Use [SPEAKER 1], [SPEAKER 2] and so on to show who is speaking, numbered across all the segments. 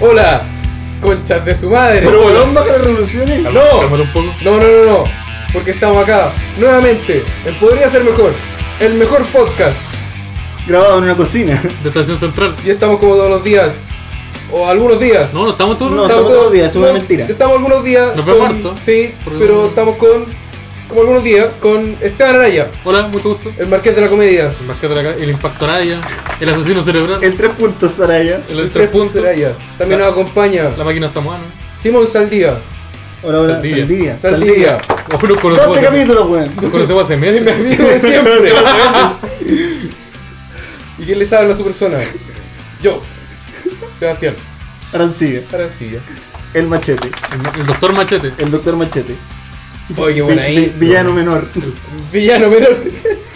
[SPEAKER 1] hola, conchas de su madre.
[SPEAKER 2] Pero weón, baja las revoluciones.
[SPEAKER 1] No.
[SPEAKER 3] Cálmate un poco.
[SPEAKER 1] No, no, no, no, porque estamos acá, nuevamente, en Podría Ser Mejor, el mejor podcast.
[SPEAKER 2] Grabado en una cocina.
[SPEAKER 3] De estación central.
[SPEAKER 1] Y estamos como todos los días, o algunos días.
[SPEAKER 3] No, no estamos todos.
[SPEAKER 2] No.
[SPEAKER 3] No.
[SPEAKER 2] estamos todos los días, es una mentira.
[SPEAKER 1] Estamos algunos días.
[SPEAKER 3] Nos vemos
[SPEAKER 1] con-
[SPEAKER 3] harto.
[SPEAKER 1] Sí,
[SPEAKER 3] Porque-
[SPEAKER 1] pero estamos con, como algunos días, con Esteban Araya,
[SPEAKER 3] Hola, mucho gusto.
[SPEAKER 1] el marqués de la comedia.
[SPEAKER 3] El marqués de la cara, el impacto Araya, el asesino cerebral, el,
[SPEAKER 2] El tres puntos, Saraya.
[SPEAKER 3] el tres puntos,
[SPEAKER 1] Araya. También
[SPEAKER 3] La-
[SPEAKER 1] nos acompaña
[SPEAKER 3] la máquina samuana.
[SPEAKER 1] Simón Saldía.
[SPEAKER 2] Ahora, ahora, Saldivia.
[SPEAKER 3] Saldivia.
[SPEAKER 1] Saldía.
[SPEAKER 3] Ojo, nos
[SPEAKER 2] 12
[SPEAKER 3] conocemos,
[SPEAKER 2] capítulos, weón.
[SPEAKER 3] nos conocemos hace meses.
[SPEAKER 1] Mi amigo de siempre.
[SPEAKER 3] Hace meses.
[SPEAKER 1] ¿Y quién les habla a su persona? Yo, Sebastián.
[SPEAKER 2] Arancilla.
[SPEAKER 1] Arancilla.
[SPEAKER 2] El machete.
[SPEAKER 3] El doctor Machete.
[SPEAKER 2] El doctor machete.
[SPEAKER 1] Oye, qué buena
[SPEAKER 2] Vi- vi-
[SPEAKER 1] ahí.
[SPEAKER 2] villano menor.
[SPEAKER 1] Villano, pero.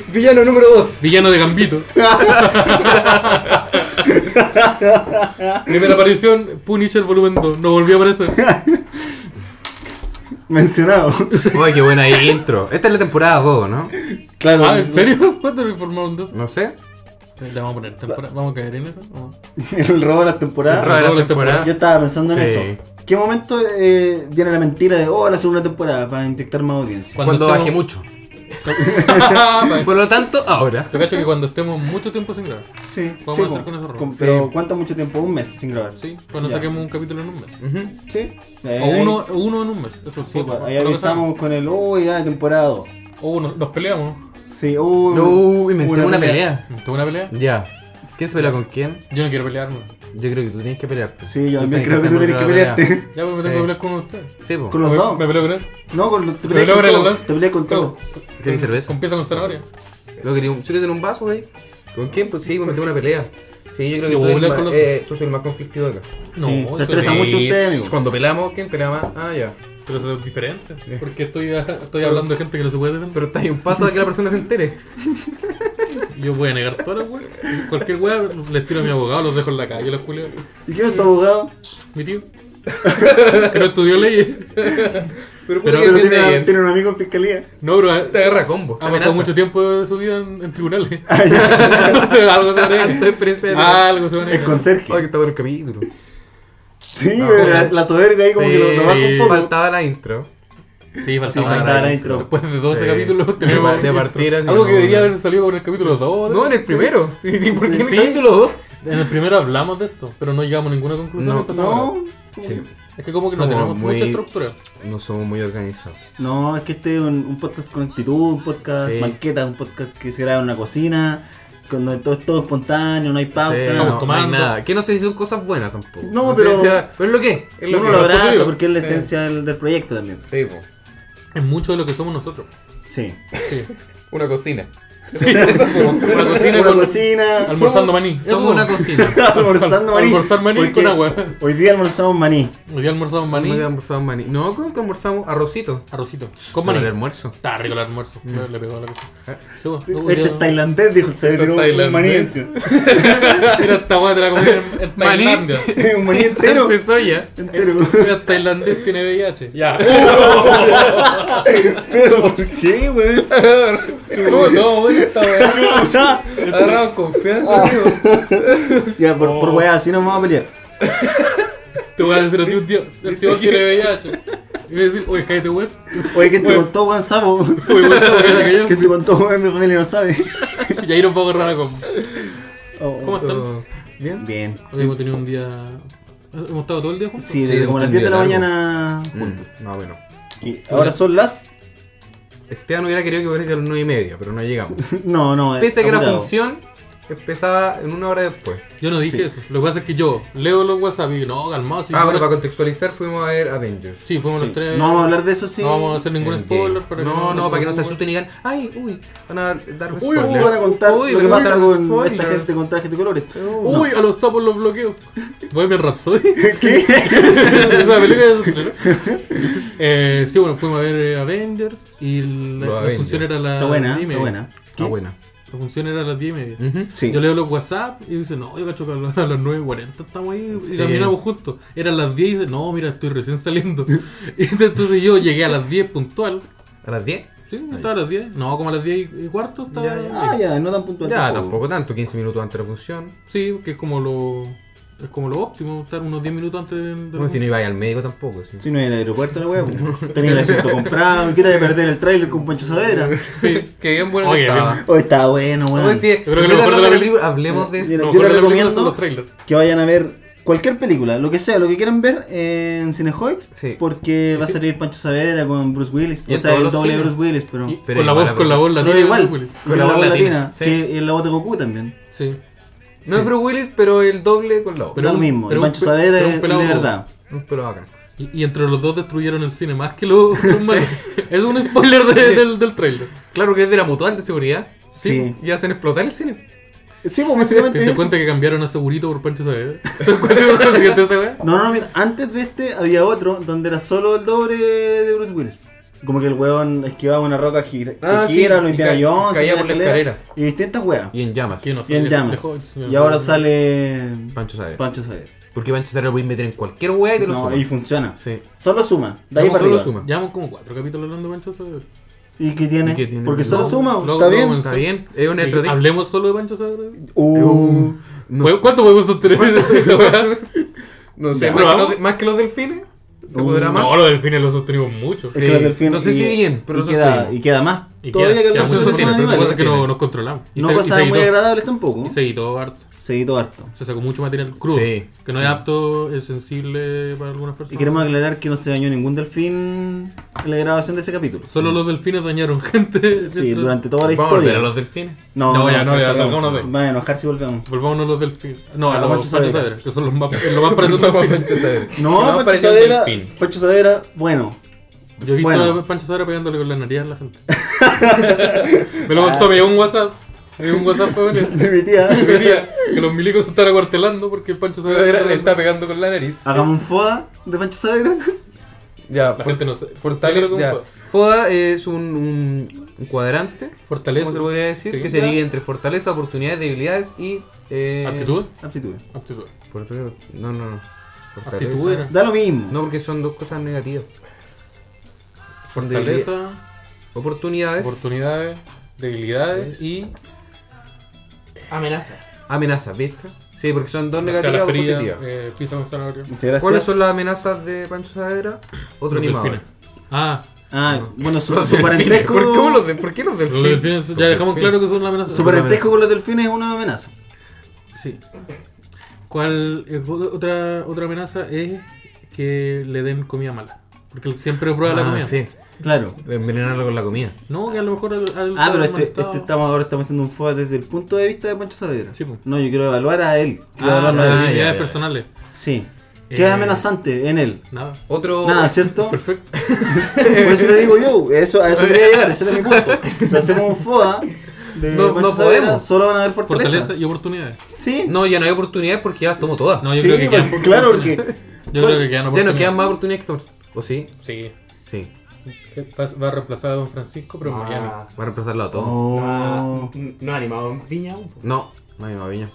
[SPEAKER 1] Villano número 2.
[SPEAKER 3] Villano de Gambito. Primera aparición, Punisher volumen 2. No volvió a aparecer.
[SPEAKER 2] Mencionado.
[SPEAKER 4] Uy, qué buena intro. Esta es la temporada 2, ¿no?
[SPEAKER 2] Claro.
[SPEAKER 3] Ah, ¿en serio? ¿Cuánto lo informaron de eso?
[SPEAKER 4] No sé.
[SPEAKER 3] Le vamos a poner temporada. ¿Vamos a caer en eso? ¿O?
[SPEAKER 2] El robo de las
[SPEAKER 4] El robo
[SPEAKER 2] temporadas.
[SPEAKER 4] de
[SPEAKER 3] ¿Vamos a
[SPEAKER 4] la
[SPEAKER 3] la temporada?
[SPEAKER 2] Yo estaba pensando en
[SPEAKER 4] Sí.
[SPEAKER 2] eso. ¿Qué momento eh, viene la mentira de, oh, la segunda temporada para inyectar más audiencia?
[SPEAKER 4] Cuando,
[SPEAKER 3] estemos-
[SPEAKER 4] bajé mucho.
[SPEAKER 3] Vale.
[SPEAKER 4] Por lo tanto, ahora.
[SPEAKER 3] Yo cacho que cuando estemos mucho tiempo sin grabar.
[SPEAKER 2] Sí, sí,
[SPEAKER 3] Vamos a hacer
[SPEAKER 2] po.
[SPEAKER 3] con esos robos.
[SPEAKER 2] Con- pero
[SPEAKER 1] Sí.
[SPEAKER 2] ¿cuánto mucho tiempo? ¿Un mes sin grabar?
[SPEAKER 3] Sí, cuando
[SPEAKER 2] Ya.
[SPEAKER 3] saquemos un capítulo en un mes.
[SPEAKER 4] Ujú.
[SPEAKER 2] Sí.
[SPEAKER 3] O
[SPEAKER 2] Ahí-
[SPEAKER 3] uno, o uno en un mes. Eso es
[SPEAKER 2] Sí,
[SPEAKER 3] poco.
[SPEAKER 2] po, ahí
[SPEAKER 3] Lo que
[SPEAKER 2] avisamos con el, oh, ya, temporada 2.
[SPEAKER 3] sea. O uno, nos peleamos.
[SPEAKER 2] Sí, oh.
[SPEAKER 4] No, inventé una, pelea.
[SPEAKER 3] ¿Tuvo una pelea?
[SPEAKER 4] Ya. ¿Quién se pelea con quién?
[SPEAKER 3] Yo no quiero pelearme.
[SPEAKER 4] Yo creo que tú tienes que pelearte.
[SPEAKER 2] Sí, yo también
[SPEAKER 4] tenés
[SPEAKER 2] creo que tú tenés
[SPEAKER 4] hacer
[SPEAKER 2] que
[SPEAKER 4] una
[SPEAKER 2] pelearte.
[SPEAKER 3] Ya, pues
[SPEAKER 4] Sí.
[SPEAKER 3] me tengo que pelear con ustedes.
[SPEAKER 4] pelea. Sí, po.
[SPEAKER 2] Con los
[SPEAKER 3] me,
[SPEAKER 2] dos.
[SPEAKER 3] me peleo con él.
[SPEAKER 2] No, con los, te
[SPEAKER 3] ¿Me
[SPEAKER 2] peleas
[SPEAKER 3] logra
[SPEAKER 2] con
[SPEAKER 3] los
[SPEAKER 2] todo.
[SPEAKER 3] dos?
[SPEAKER 2] Te peleas con todo.
[SPEAKER 4] ¿Quieres cerveza?
[SPEAKER 3] Con pieza con zanahoria.
[SPEAKER 4] ¿No quería un, ¿Solo tener un vaso, güey? ¿Con quién? Pues sí, pues me tengo una pelea. Sí, yo creo que tú,
[SPEAKER 3] Yo voy a
[SPEAKER 4] eres
[SPEAKER 3] pelear
[SPEAKER 4] más-
[SPEAKER 3] con los-
[SPEAKER 4] eh, tú soy el más conflictivo de acá.
[SPEAKER 3] No,
[SPEAKER 2] Sí,
[SPEAKER 3] eso
[SPEAKER 2] se estresa
[SPEAKER 3] sí.
[SPEAKER 2] mucho usted, amigo.
[SPEAKER 4] Cuando pelamos, ¿quién pelea más? Ah, ya.
[SPEAKER 3] Pero eso es diferente. Porque estoy, estoy hablando de gente que no se puede defender.
[SPEAKER 4] Pero está ahí un paso de que la persona se entere.
[SPEAKER 3] Yo voy a negar todas las weas. Cualquier wea les tiro a mi abogado, los dejo en la calle, los culios.
[SPEAKER 2] ¿Y quién es tu abogado?
[SPEAKER 3] Mi tío. Que no estudió leyes.
[SPEAKER 1] Pero,
[SPEAKER 3] Pero-
[SPEAKER 1] pero
[SPEAKER 2] Pero
[SPEAKER 1] que
[SPEAKER 2] tiene,
[SPEAKER 1] viene
[SPEAKER 2] una-
[SPEAKER 1] bien.
[SPEAKER 2] tiene un amigo en fiscalía.
[SPEAKER 3] No, pero ha,
[SPEAKER 4] Te agarra a combo.
[SPEAKER 3] ha pasado mucho tiempo de su vida en, en tribunales.
[SPEAKER 2] Ah,
[SPEAKER 3] Entonces algo se van a
[SPEAKER 4] Harta
[SPEAKER 3] negar.
[SPEAKER 4] experiencia de tener-
[SPEAKER 3] Algo se van
[SPEAKER 2] Es
[SPEAKER 3] a negar.
[SPEAKER 4] Ay, que
[SPEAKER 2] conserje.
[SPEAKER 4] está bueno el capítulo.
[SPEAKER 2] Sí, pero la, la soberbia ahí como que lo, lo baja un
[SPEAKER 3] Sí.
[SPEAKER 2] poco.
[SPEAKER 4] Faltaba la intro.
[SPEAKER 3] Sí,
[SPEAKER 2] Sí,
[SPEAKER 3] faltaba
[SPEAKER 2] faltaba
[SPEAKER 3] nada.
[SPEAKER 2] la intro.
[SPEAKER 3] Después de 12
[SPEAKER 4] Sí.
[SPEAKER 3] capítulos
[SPEAKER 4] De
[SPEAKER 3] tenemos
[SPEAKER 4] par- de partida, sí,
[SPEAKER 3] Algo que
[SPEAKER 4] no,
[SPEAKER 3] debería
[SPEAKER 4] no.
[SPEAKER 3] haber salido con el capítulo 2.
[SPEAKER 4] No, en el primero. Sí, sí, ¿Por qué en
[SPEAKER 3] Sí.
[SPEAKER 4] el capítulo 2?
[SPEAKER 3] En el primero hablamos de esto, pero no llegamos a ninguna conclusión.
[SPEAKER 4] No.
[SPEAKER 3] empezamos a hablar.
[SPEAKER 2] No,
[SPEAKER 4] Sí.
[SPEAKER 3] Es que como que no
[SPEAKER 4] Somos
[SPEAKER 3] tenemos
[SPEAKER 4] muy-
[SPEAKER 3] mucha estructura.
[SPEAKER 4] No somos muy organizados.
[SPEAKER 2] no, es que este es un, un podcast con actitud, un podcast
[SPEAKER 4] Sí.
[SPEAKER 2] banqueta, un podcast que se graba en una cocina, cuando todo es todo espontáneo, no hay pauta.
[SPEAKER 4] Sí,
[SPEAKER 3] Vamos
[SPEAKER 4] no, no hay
[SPEAKER 3] tomando.
[SPEAKER 4] nada. Que no sé si son cosas buenas tampoco.
[SPEAKER 2] No,
[SPEAKER 4] sé
[SPEAKER 2] pero-
[SPEAKER 4] si sea- pero es lo que. Es lo
[SPEAKER 2] Uno
[SPEAKER 4] que
[SPEAKER 2] lo
[SPEAKER 4] es
[SPEAKER 2] abraza
[SPEAKER 4] posible.
[SPEAKER 2] porque es la
[SPEAKER 4] Sí.
[SPEAKER 2] esencia del, del proyecto también.
[SPEAKER 4] Sí, po.
[SPEAKER 3] Es mucho de lo que somos nosotros.
[SPEAKER 2] Sí.
[SPEAKER 3] Sí.
[SPEAKER 1] Una cocina.
[SPEAKER 3] Sí, eso somos. Una cocina
[SPEAKER 2] Una
[SPEAKER 3] con-
[SPEAKER 2] cocina,
[SPEAKER 3] almorzando maní. Eso
[SPEAKER 4] Somos una cocina.
[SPEAKER 2] almorzando maní.
[SPEAKER 3] Almorzar maní
[SPEAKER 2] porque
[SPEAKER 3] con agua.
[SPEAKER 2] Hoy día almorzamos maní.
[SPEAKER 3] Hoy día almorzamos maní,
[SPEAKER 4] No almorzamos maní. No, creo que almorzamos arrocito.
[SPEAKER 3] arrocito. Con
[SPEAKER 4] Para
[SPEAKER 3] maní.
[SPEAKER 4] el almuerzo. Mm. Ah.
[SPEAKER 3] Está rico el almuerzo. Le, le pegó a la cosa. Sí, vos, tú,
[SPEAKER 2] Este es
[SPEAKER 3] pues ya-
[SPEAKER 2] tailandés, dijo el
[SPEAKER 1] Este es
[SPEAKER 2] cerebro. Un maní
[SPEAKER 1] tailandés.
[SPEAKER 2] encima.
[SPEAKER 3] Mira esta weá te la comí en, en
[SPEAKER 4] Maní.
[SPEAKER 3] Tailandia.
[SPEAKER 2] Un maní entero.
[SPEAKER 4] De soya.
[SPEAKER 2] Entero.
[SPEAKER 3] Mira, tailandés tiene VIH. Ya.
[SPEAKER 2] Pero ¿por qué, güey?
[SPEAKER 1] ¿Cómo no, güey? Esta weá.
[SPEAKER 2] Ya,
[SPEAKER 1] Agarrado
[SPEAKER 2] Ah.
[SPEAKER 1] confianza, amigo.
[SPEAKER 2] Ya, por,
[SPEAKER 3] Oh.
[SPEAKER 2] por weá, así nos vamos a pelear.
[SPEAKER 3] Te voy a decir a ti un día. El tío tiene VIH. Y voy a decir, oye, cállate, weón.
[SPEAKER 2] Oye, ¿quién te
[SPEAKER 3] Oye.
[SPEAKER 2] contó, weón, sapo?
[SPEAKER 3] Oye, weón, ¿sabes lo que
[SPEAKER 2] ¿Quién te contó, weón? Mi familia no sabe.
[SPEAKER 3] te cayó? Y ahí nos vamos a agarrar a combo.
[SPEAKER 2] Oh,
[SPEAKER 3] ¿Cómo están?
[SPEAKER 4] Bien.
[SPEAKER 2] Bien.
[SPEAKER 3] Hoy hemos tenido un día. Hemos estado todo el día juntos.
[SPEAKER 2] Sí,
[SPEAKER 4] Sí,
[SPEAKER 2] desde como las
[SPEAKER 4] un
[SPEAKER 2] 10 de la
[SPEAKER 4] día
[SPEAKER 2] mañana. juntos.
[SPEAKER 4] Mm, No, bueno.
[SPEAKER 2] Y Ahora son las.
[SPEAKER 4] Esteban hubiera querido que fuese a las 9 y media, pero no llegamos.
[SPEAKER 2] No, no. eh,
[SPEAKER 4] Pese a que la
[SPEAKER 2] apurado.
[SPEAKER 4] función empezaba en una hora después.
[SPEAKER 3] Yo no dije
[SPEAKER 2] Sí.
[SPEAKER 3] eso. Lo que pasa es que yo leo los WhatsApp y no, calmado. Sí,
[SPEAKER 4] Ah, bueno, para contextualizar fuimos a ver Avengers.
[SPEAKER 3] Sí, fuimos
[SPEAKER 2] Sí.
[SPEAKER 3] los tres.
[SPEAKER 2] No vamos a hablar de eso, sí.
[SPEAKER 3] No vamos a hacer ningún
[SPEAKER 4] Endgame.
[SPEAKER 3] spoiler. Para que
[SPEAKER 4] no, no, para que no se
[SPEAKER 3] preocupen.
[SPEAKER 4] asusten y digan, ay, uy, van a dar un
[SPEAKER 3] Uy,
[SPEAKER 4] spoiler.
[SPEAKER 2] Uy, van a contar
[SPEAKER 4] Uy,
[SPEAKER 2] lo
[SPEAKER 4] van
[SPEAKER 2] que
[SPEAKER 4] a
[SPEAKER 2] pasa
[SPEAKER 4] dar
[SPEAKER 2] con
[SPEAKER 4] spoilers.
[SPEAKER 2] esta gente con trajes de colores.
[SPEAKER 3] Uy, a los sapos los bloqueo. Bohemian Rhapsody.
[SPEAKER 2] ¿Qué?
[SPEAKER 3] Esa película es otra, ¿no? Eh, sí, bueno, fuimos a ver eh, Avengers y la,
[SPEAKER 4] Los
[SPEAKER 3] la
[SPEAKER 4] Avengers.
[SPEAKER 3] función era a las
[SPEAKER 2] Está buena,
[SPEAKER 3] 10 y
[SPEAKER 2] está
[SPEAKER 3] media.
[SPEAKER 2] buena.
[SPEAKER 4] Está Ah, buena.
[SPEAKER 3] La función era a las 10 y media.
[SPEAKER 4] Ujú.
[SPEAKER 2] Sí.
[SPEAKER 3] Yo leo los WhatsApp y dice, no, yo cacho que a las a las 9.40 estamos ahí y
[SPEAKER 4] Sí.
[SPEAKER 3] caminamos juntos. Eran las 10 y dice, no, mira, estoy recién saliendo. Y entonces yo llegué a las 10 puntual.
[SPEAKER 4] ¿A las 10?
[SPEAKER 3] Sí, estaba a las 10. No, como a las 10 y cuarto estaba.
[SPEAKER 4] Ya, ya.
[SPEAKER 2] Ah, ya, no tan puntual.
[SPEAKER 4] Ya, tampoco tanto, 15 minutos antes de la función.
[SPEAKER 3] Sí, que es como lo. Es como lo óptimo, estar unos 10 minutos antes de- del
[SPEAKER 4] No, si no
[SPEAKER 3] almuerzo.
[SPEAKER 4] iba al médico tampoco. sí.
[SPEAKER 2] Si no hay el aeropuerto, la wea, tenía el asiento comprado. ¿Y qué te vas a perder el trailer con Pancho Saavedra?
[SPEAKER 3] Sí.
[SPEAKER 4] Que bien bueno
[SPEAKER 3] Oye,
[SPEAKER 4] que estaba.
[SPEAKER 3] bien.
[SPEAKER 2] Oh, está bueno,
[SPEAKER 4] No,
[SPEAKER 2] weón.
[SPEAKER 4] pues sí,
[SPEAKER 3] Yo creo que
[SPEAKER 4] en
[SPEAKER 3] lo
[SPEAKER 4] vez de
[SPEAKER 3] mejor de
[SPEAKER 4] hablar
[SPEAKER 3] la
[SPEAKER 4] de la
[SPEAKER 3] peli-
[SPEAKER 4] película, hablemos de eso.
[SPEAKER 2] Mira,
[SPEAKER 3] Lo
[SPEAKER 2] yo
[SPEAKER 3] mejor
[SPEAKER 2] les
[SPEAKER 3] de la película son
[SPEAKER 2] recomiendo-
[SPEAKER 3] los trailers.
[SPEAKER 2] que vayan a ver cualquier película, lo que sea, lo que quieran ver en Cinehoid,
[SPEAKER 4] Sí.
[SPEAKER 2] porque va a salir Pancho Saavedra con Bruce Willis,
[SPEAKER 4] Y
[SPEAKER 2] o
[SPEAKER 4] en
[SPEAKER 2] sea,
[SPEAKER 4] todos
[SPEAKER 2] el
[SPEAKER 4] los
[SPEAKER 2] doble de
[SPEAKER 4] cines.
[SPEAKER 2] Bruce Willis, pero
[SPEAKER 3] Y-
[SPEAKER 4] Pero
[SPEAKER 3] con, la
[SPEAKER 4] igual
[SPEAKER 3] voz,
[SPEAKER 4] la
[SPEAKER 3] con la voz
[SPEAKER 2] pero
[SPEAKER 3] latina. de
[SPEAKER 2] igual,
[SPEAKER 3] Bruce Willis.
[SPEAKER 2] y con la voz latina,
[SPEAKER 4] sí.
[SPEAKER 2] que es la voz de Goku también.
[SPEAKER 3] Sí.
[SPEAKER 4] No es Bruce Willis, pero el doble con la
[SPEAKER 3] Pero
[SPEAKER 2] Pero lo
[SPEAKER 3] un-
[SPEAKER 2] mismo,
[SPEAKER 3] pero
[SPEAKER 2] el
[SPEAKER 3] un
[SPEAKER 2] Pancho
[SPEAKER 3] pe-
[SPEAKER 2] Saavedra
[SPEAKER 3] pero un
[SPEAKER 2] es de
[SPEAKER 3] pelado Goku.
[SPEAKER 2] verdad.
[SPEAKER 4] Un pelo bacán.
[SPEAKER 3] Y, y entre los dos destruyeron el cine más que los los malos. Es un spoiler de- del, del trailer.
[SPEAKER 4] Claro que es de la mutual de seguridad. Sí.
[SPEAKER 2] Sí.
[SPEAKER 4] Y hacen explotar el cine.
[SPEAKER 2] Sí, pues
[SPEAKER 3] ¿Te
[SPEAKER 2] básicamente es
[SPEAKER 3] das
[SPEAKER 2] eso.
[SPEAKER 3] cuenta que cambiaron a Segurito por Pancho Saavedra? ¿Te das cuenta de la siguiente esa wea?
[SPEAKER 2] No, no, no, mira, antes de este había otro donde era solo el doble de Bruce Willis. Como que el weón esquivaba una roca gira,
[SPEAKER 4] Ah,
[SPEAKER 2] que
[SPEAKER 4] sí,
[SPEAKER 2] gira, lo
[SPEAKER 4] y
[SPEAKER 2] Indiana
[SPEAKER 4] ca-
[SPEAKER 2] Jones,
[SPEAKER 4] caía
[SPEAKER 2] y la
[SPEAKER 4] por la
[SPEAKER 2] escalera,
[SPEAKER 4] escalera.
[SPEAKER 2] y distintas weas.
[SPEAKER 4] Y en llamas.
[SPEAKER 3] Que no sé,
[SPEAKER 2] Y en
[SPEAKER 3] de-
[SPEAKER 2] llamas.
[SPEAKER 3] de Hobbits, me
[SPEAKER 2] Y ahora
[SPEAKER 3] acuerdo.
[SPEAKER 2] sale
[SPEAKER 4] Pancho Saavedra.
[SPEAKER 2] Pancho Saavedra.
[SPEAKER 4] Porque Pancho Saavedra lo puedes meter en cualquier hueá y te lo
[SPEAKER 2] No,
[SPEAKER 4] suma.
[SPEAKER 2] y funciona.
[SPEAKER 4] Sí.
[SPEAKER 2] Solo suma, de ahí
[SPEAKER 4] No,
[SPEAKER 2] para
[SPEAKER 4] solo
[SPEAKER 2] arriba.
[SPEAKER 4] suma.
[SPEAKER 3] Llevamos como cuatro capítulos hablando de Pancho Saavedra.
[SPEAKER 2] ¿Y qué tiene?
[SPEAKER 4] ¿Y qué tiene?
[SPEAKER 2] Porque solo
[SPEAKER 4] No,
[SPEAKER 2] suma,
[SPEAKER 3] no,
[SPEAKER 2] está
[SPEAKER 3] no,
[SPEAKER 2] bien.
[SPEAKER 3] man.
[SPEAKER 4] Está bien. Es una
[SPEAKER 3] Y
[SPEAKER 4] estrategia.
[SPEAKER 3] Hablemos solo de Pancho Saavedra.
[SPEAKER 2] Uh,
[SPEAKER 4] No,
[SPEAKER 3] ¿Cuánto ¿Cuánto podemos sostener esta wea?
[SPEAKER 4] no sé.
[SPEAKER 3] Ya,
[SPEAKER 4] Más que,
[SPEAKER 3] probamos.
[SPEAKER 4] los, de- más que los delfines. Se
[SPEAKER 2] Uh,
[SPEAKER 4] podrá más.
[SPEAKER 3] No, los delfines los sostenimos mucho.
[SPEAKER 2] es que los delfines-
[SPEAKER 4] no sé si
[SPEAKER 2] y-
[SPEAKER 4] bien, pero
[SPEAKER 2] y
[SPEAKER 4] lo
[SPEAKER 2] queda,
[SPEAKER 4] sostengo.
[SPEAKER 2] y queda más.
[SPEAKER 3] Y
[SPEAKER 2] Todavía
[SPEAKER 3] queda-
[SPEAKER 2] que
[SPEAKER 3] ya,
[SPEAKER 2] hablamos
[SPEAKER 4] pues,
[SPEAKER 2] de
[SPEAKER 4] eso
[SPEAKER 2] los
[SPEAKER 4] tiene,
[SPEAKER 2] animales.
[SPEAKER 4] pero eso
[SPEAKER 3] Cosas que no, nos controlamos. Y
[SPEAKER 2] No
[SPEAKER 3] se- y
[SPEAKER 2] pasaba
[SPEAKER 3] se
[SPEAKER 2] muy
[SPEAKER 3] editó-
[SPEAKER 2] agradables tampoco.
[SPEAKER 3] Y se editó harto.
[SPEAKER 2] Se editó harto.
[SPEAKER 3] Se sacó mucho material crudo.
[SPEAKER 4] Sí,
[SPEAKER 3] que no es apto, es sensible para algunas personas.
[SPEAKER 2] Y queremos aclarar que no se dañó ningún delfín en la grabación de ese capítulo.
[SPEAKER 3] Solo los delfines dañaron gente.
[SPEAKER 2] Sí, durante toda la
[SPEAKER 4] Vamos a volver a
[SPEAKER 2] historia.
[SPEAKER 4] los delfines.
[SPEAKER 3] No, ya, no, ya,
[SPEAKER 2] sacamos.
[SPEAKER 3] sacamos una vez.
[SPEAKER 2] Van a enojar si volvemos.
[SPEAKER 3] Volvamos a los delfines. No, a
[SPEAKER 2] A
[SPEAKER 3] los
[SPEAKER 2] Pancho
[SPEAKER 3] Pancho
[SPEAKER 2] Saavedra.
[SPEAKER 3] Saavedra, que son los más, lo más parecido a los
[SPEAKER 4] Pancho Saavedra.
[SPEAKER 2] No,
[SPEAKER 4] No,
[SPEAKER 2] Pancho
[SPEAKER 4] parecía un
[SPEAKER 2] Saavedra,
[SPEAKER 4] delfín.
[SPEAKER 2] Pancho Saavedra, bueno.
[SPEAKER 3] Yo he visto
[SPEAKER 2] Bueno.
[SPEAKER 3] a Pancho Saavedra pegándole con la nariz a la gente. me lo
[SPEAKER 2] Ah.
[SPEAKER 3] contó, me llegó un WhatsApp. Me llegó un WhatsApp, weón.
[SPEAKER 2] De mi tía.
[SPEAKER 3] que venía Que los milicos se están acuartelando porque el Pancho Saavedra.
[SPEAKER 4] Le está pegando con la nariz.
[SPEAKER 2] Hagamos un foda de Pancho Saavedra.
[SPEAKER 4] Ya,
[SPEAKER 3] Ah, La
[SPEAKER 4] for-
[SPEAKER 3] gente no sé.
[SPEAKER 4] fortale-
[SPEAKER 3] Yo creo que
[SPEAKER 4] ya.
[SPEAKER 3] un
[SPEAKER 4] Foda es un, un- un cuadrante,
[SPEAKER 3] Fortaleza.
[SPEAKER 4] ¿cómo se podría decir?
[SPEAKER 3] Sí.
[SPEAKER 4] que se divide entre fortaleza, oportunidades, debilidades y... Eh,
[SPEAKER 3] ¿Aptitud?
[SPEAKER 2] Aptitud.
[SPEAKER 3] Aptitud.
[SPEAKER 4] Fortaleza, no, no, no. Fortaleza.
[SPEAKER 3] Aptitud era.
[SPEAKER 2] Da lo mismo.
[SPEAKER 4] No, porque son dos cosas negativas. Debilidad-
[SPEAKER 3] Fortaleza,
[SPEAKER 4] Oportunidades,
[SPEAKER 3] oportunidades, debilidades y. amenazas.
[SPEAKER 4] amenazas, ¿viste? Sí, porque son dos
[SPEAKER 3] O sea,
[SPEAKER 4] negativas
[SPEAKER 3] las
[SPEAKER 4] o
[SPEAKER 3] perillas,
[SPEAKER 4] positivas.
[SPEAKER 3] eh, pisa con zanahoria.
[SPEAKER 2] Muchas gracias.
[SPEAKER 4] ¿Cuáles son las amenazas de Pancho Saavedra? Otro
[SPEAKER 3] Los
[SPEAKER 4] animal.
[SPEAKER 3] delfines. Ah,
[SPEAKER 2] Ah, bueno, su,
[SPEAKER 4] Los
[SPEAKER 2] su
[SPEAKER 4] delfines.
[SPEAKER 2] parentesco.
[SPEAKER 4] ¿Por qué los de- por qué los
[SPEAKER 3] los
[SPEAKER 4] delfines?
[SPEAKER 3] delfines, ya dejamos claro que son una amenaza.
[SPEAKER 2] Su parentesco con los delfines es una amenaza.
[SPEAKER 3] Sí. ¿Cuál eh, otra, otra amenaza es que le den comida mala? Porque él siempre prueba la
[SPEAKER 4] Ah,
[SPEAKER 3] comida.
[SPEAKER 4] sí,
[SPEAKER 2] Claro.
[SPEAKER 4] envenenarlo con la comida.
[SPEAKER 3] No, que a lo mejor al, al-
[SPEAKER 2] Ah, pero
[SPEAKER 3] al
[SPEAKER 2] este,
[SPEAKER 3] malestado.
[SPEAKER 2] este estamos, ahora estamos haciendo un foda desde el punto de vista de Pancho Saavedra.
[SPEAKER 3] Sí, po.
[SPEAKER 2] No, yo quiero evaluar a él. Quiero
[SPEAKER 3] Ah,
[SPEAKER 2] evaluarlo
[SPEAKER 3] las
[SPEAKER 2] a él.
[SPEAKER 4] ya,
[SPEAKER 3] habilidades
[SPEAKER 4] ya.
[SPEAKER 3] personales.
[SPEAKER 2] Sí. ¿Qué
[SPEAKER 3] Eh,
[SPEAKER 2] es amenazante en él?
[SPEAKER 3] Nada.
[SPEAKER 4] Otro...
[SPEAKER 2] Nada, ¿cierto? Por
[SPEAKER 3] Perfecto.
[SPEAKER 2] eso te digo yo. Eso, a eso quería llegar, ese era mi punto. Si hacemos un foda de
[SPEAKER 4] No-
[SPEAKER 2] Pancho
[SPEAKER 4] no
[SPEAKER 2] Saavedra,
[SPEAKER 4] podemos.
[SPEAKER 2] solo van a haber fortaleza.
[SPEAKER 3] Fortaleza y oportunidades.
[SPEAKER 2] Sí.
[SPEAKER 4] No, ya no hay oportunidades porque ya las tomo todas.
[SPEAKER 3] No, yo
[SPEAKER 2] sí,
[SPEAKER 3] creo que
[SPEAKER 2] pues,
[SPEAKER 3] quedan pocas
[SPEAKER 2] claro,
[SPEAKER 3] oportunidades.
[SPEAKER 2] porque.
[SPEAKER 3] Yo creo que quedan
[SPEAKER 4] ya no quedan
[SPEAKER 3] oportunidades.
[SPEAKER 4] más oportunidades que tomar. ¿O sí?
[SPEAKER 3] Sí.
[SPEAKER 4] Sí.
[SPEAKER 3] Eh, Va, va a reemplazar a Don Francisco, pero en Miami.
[SPEAKER 5] Ah,
[SPEAKER 4] Va a reemplazarlo a todo.
[SPEAKER 5] no,
[SPEAKER 2] Oh.
[SPEAKER 5] ha- no ha animado Viña aún. po.
[SPEAKER 4] No, no hay más viña.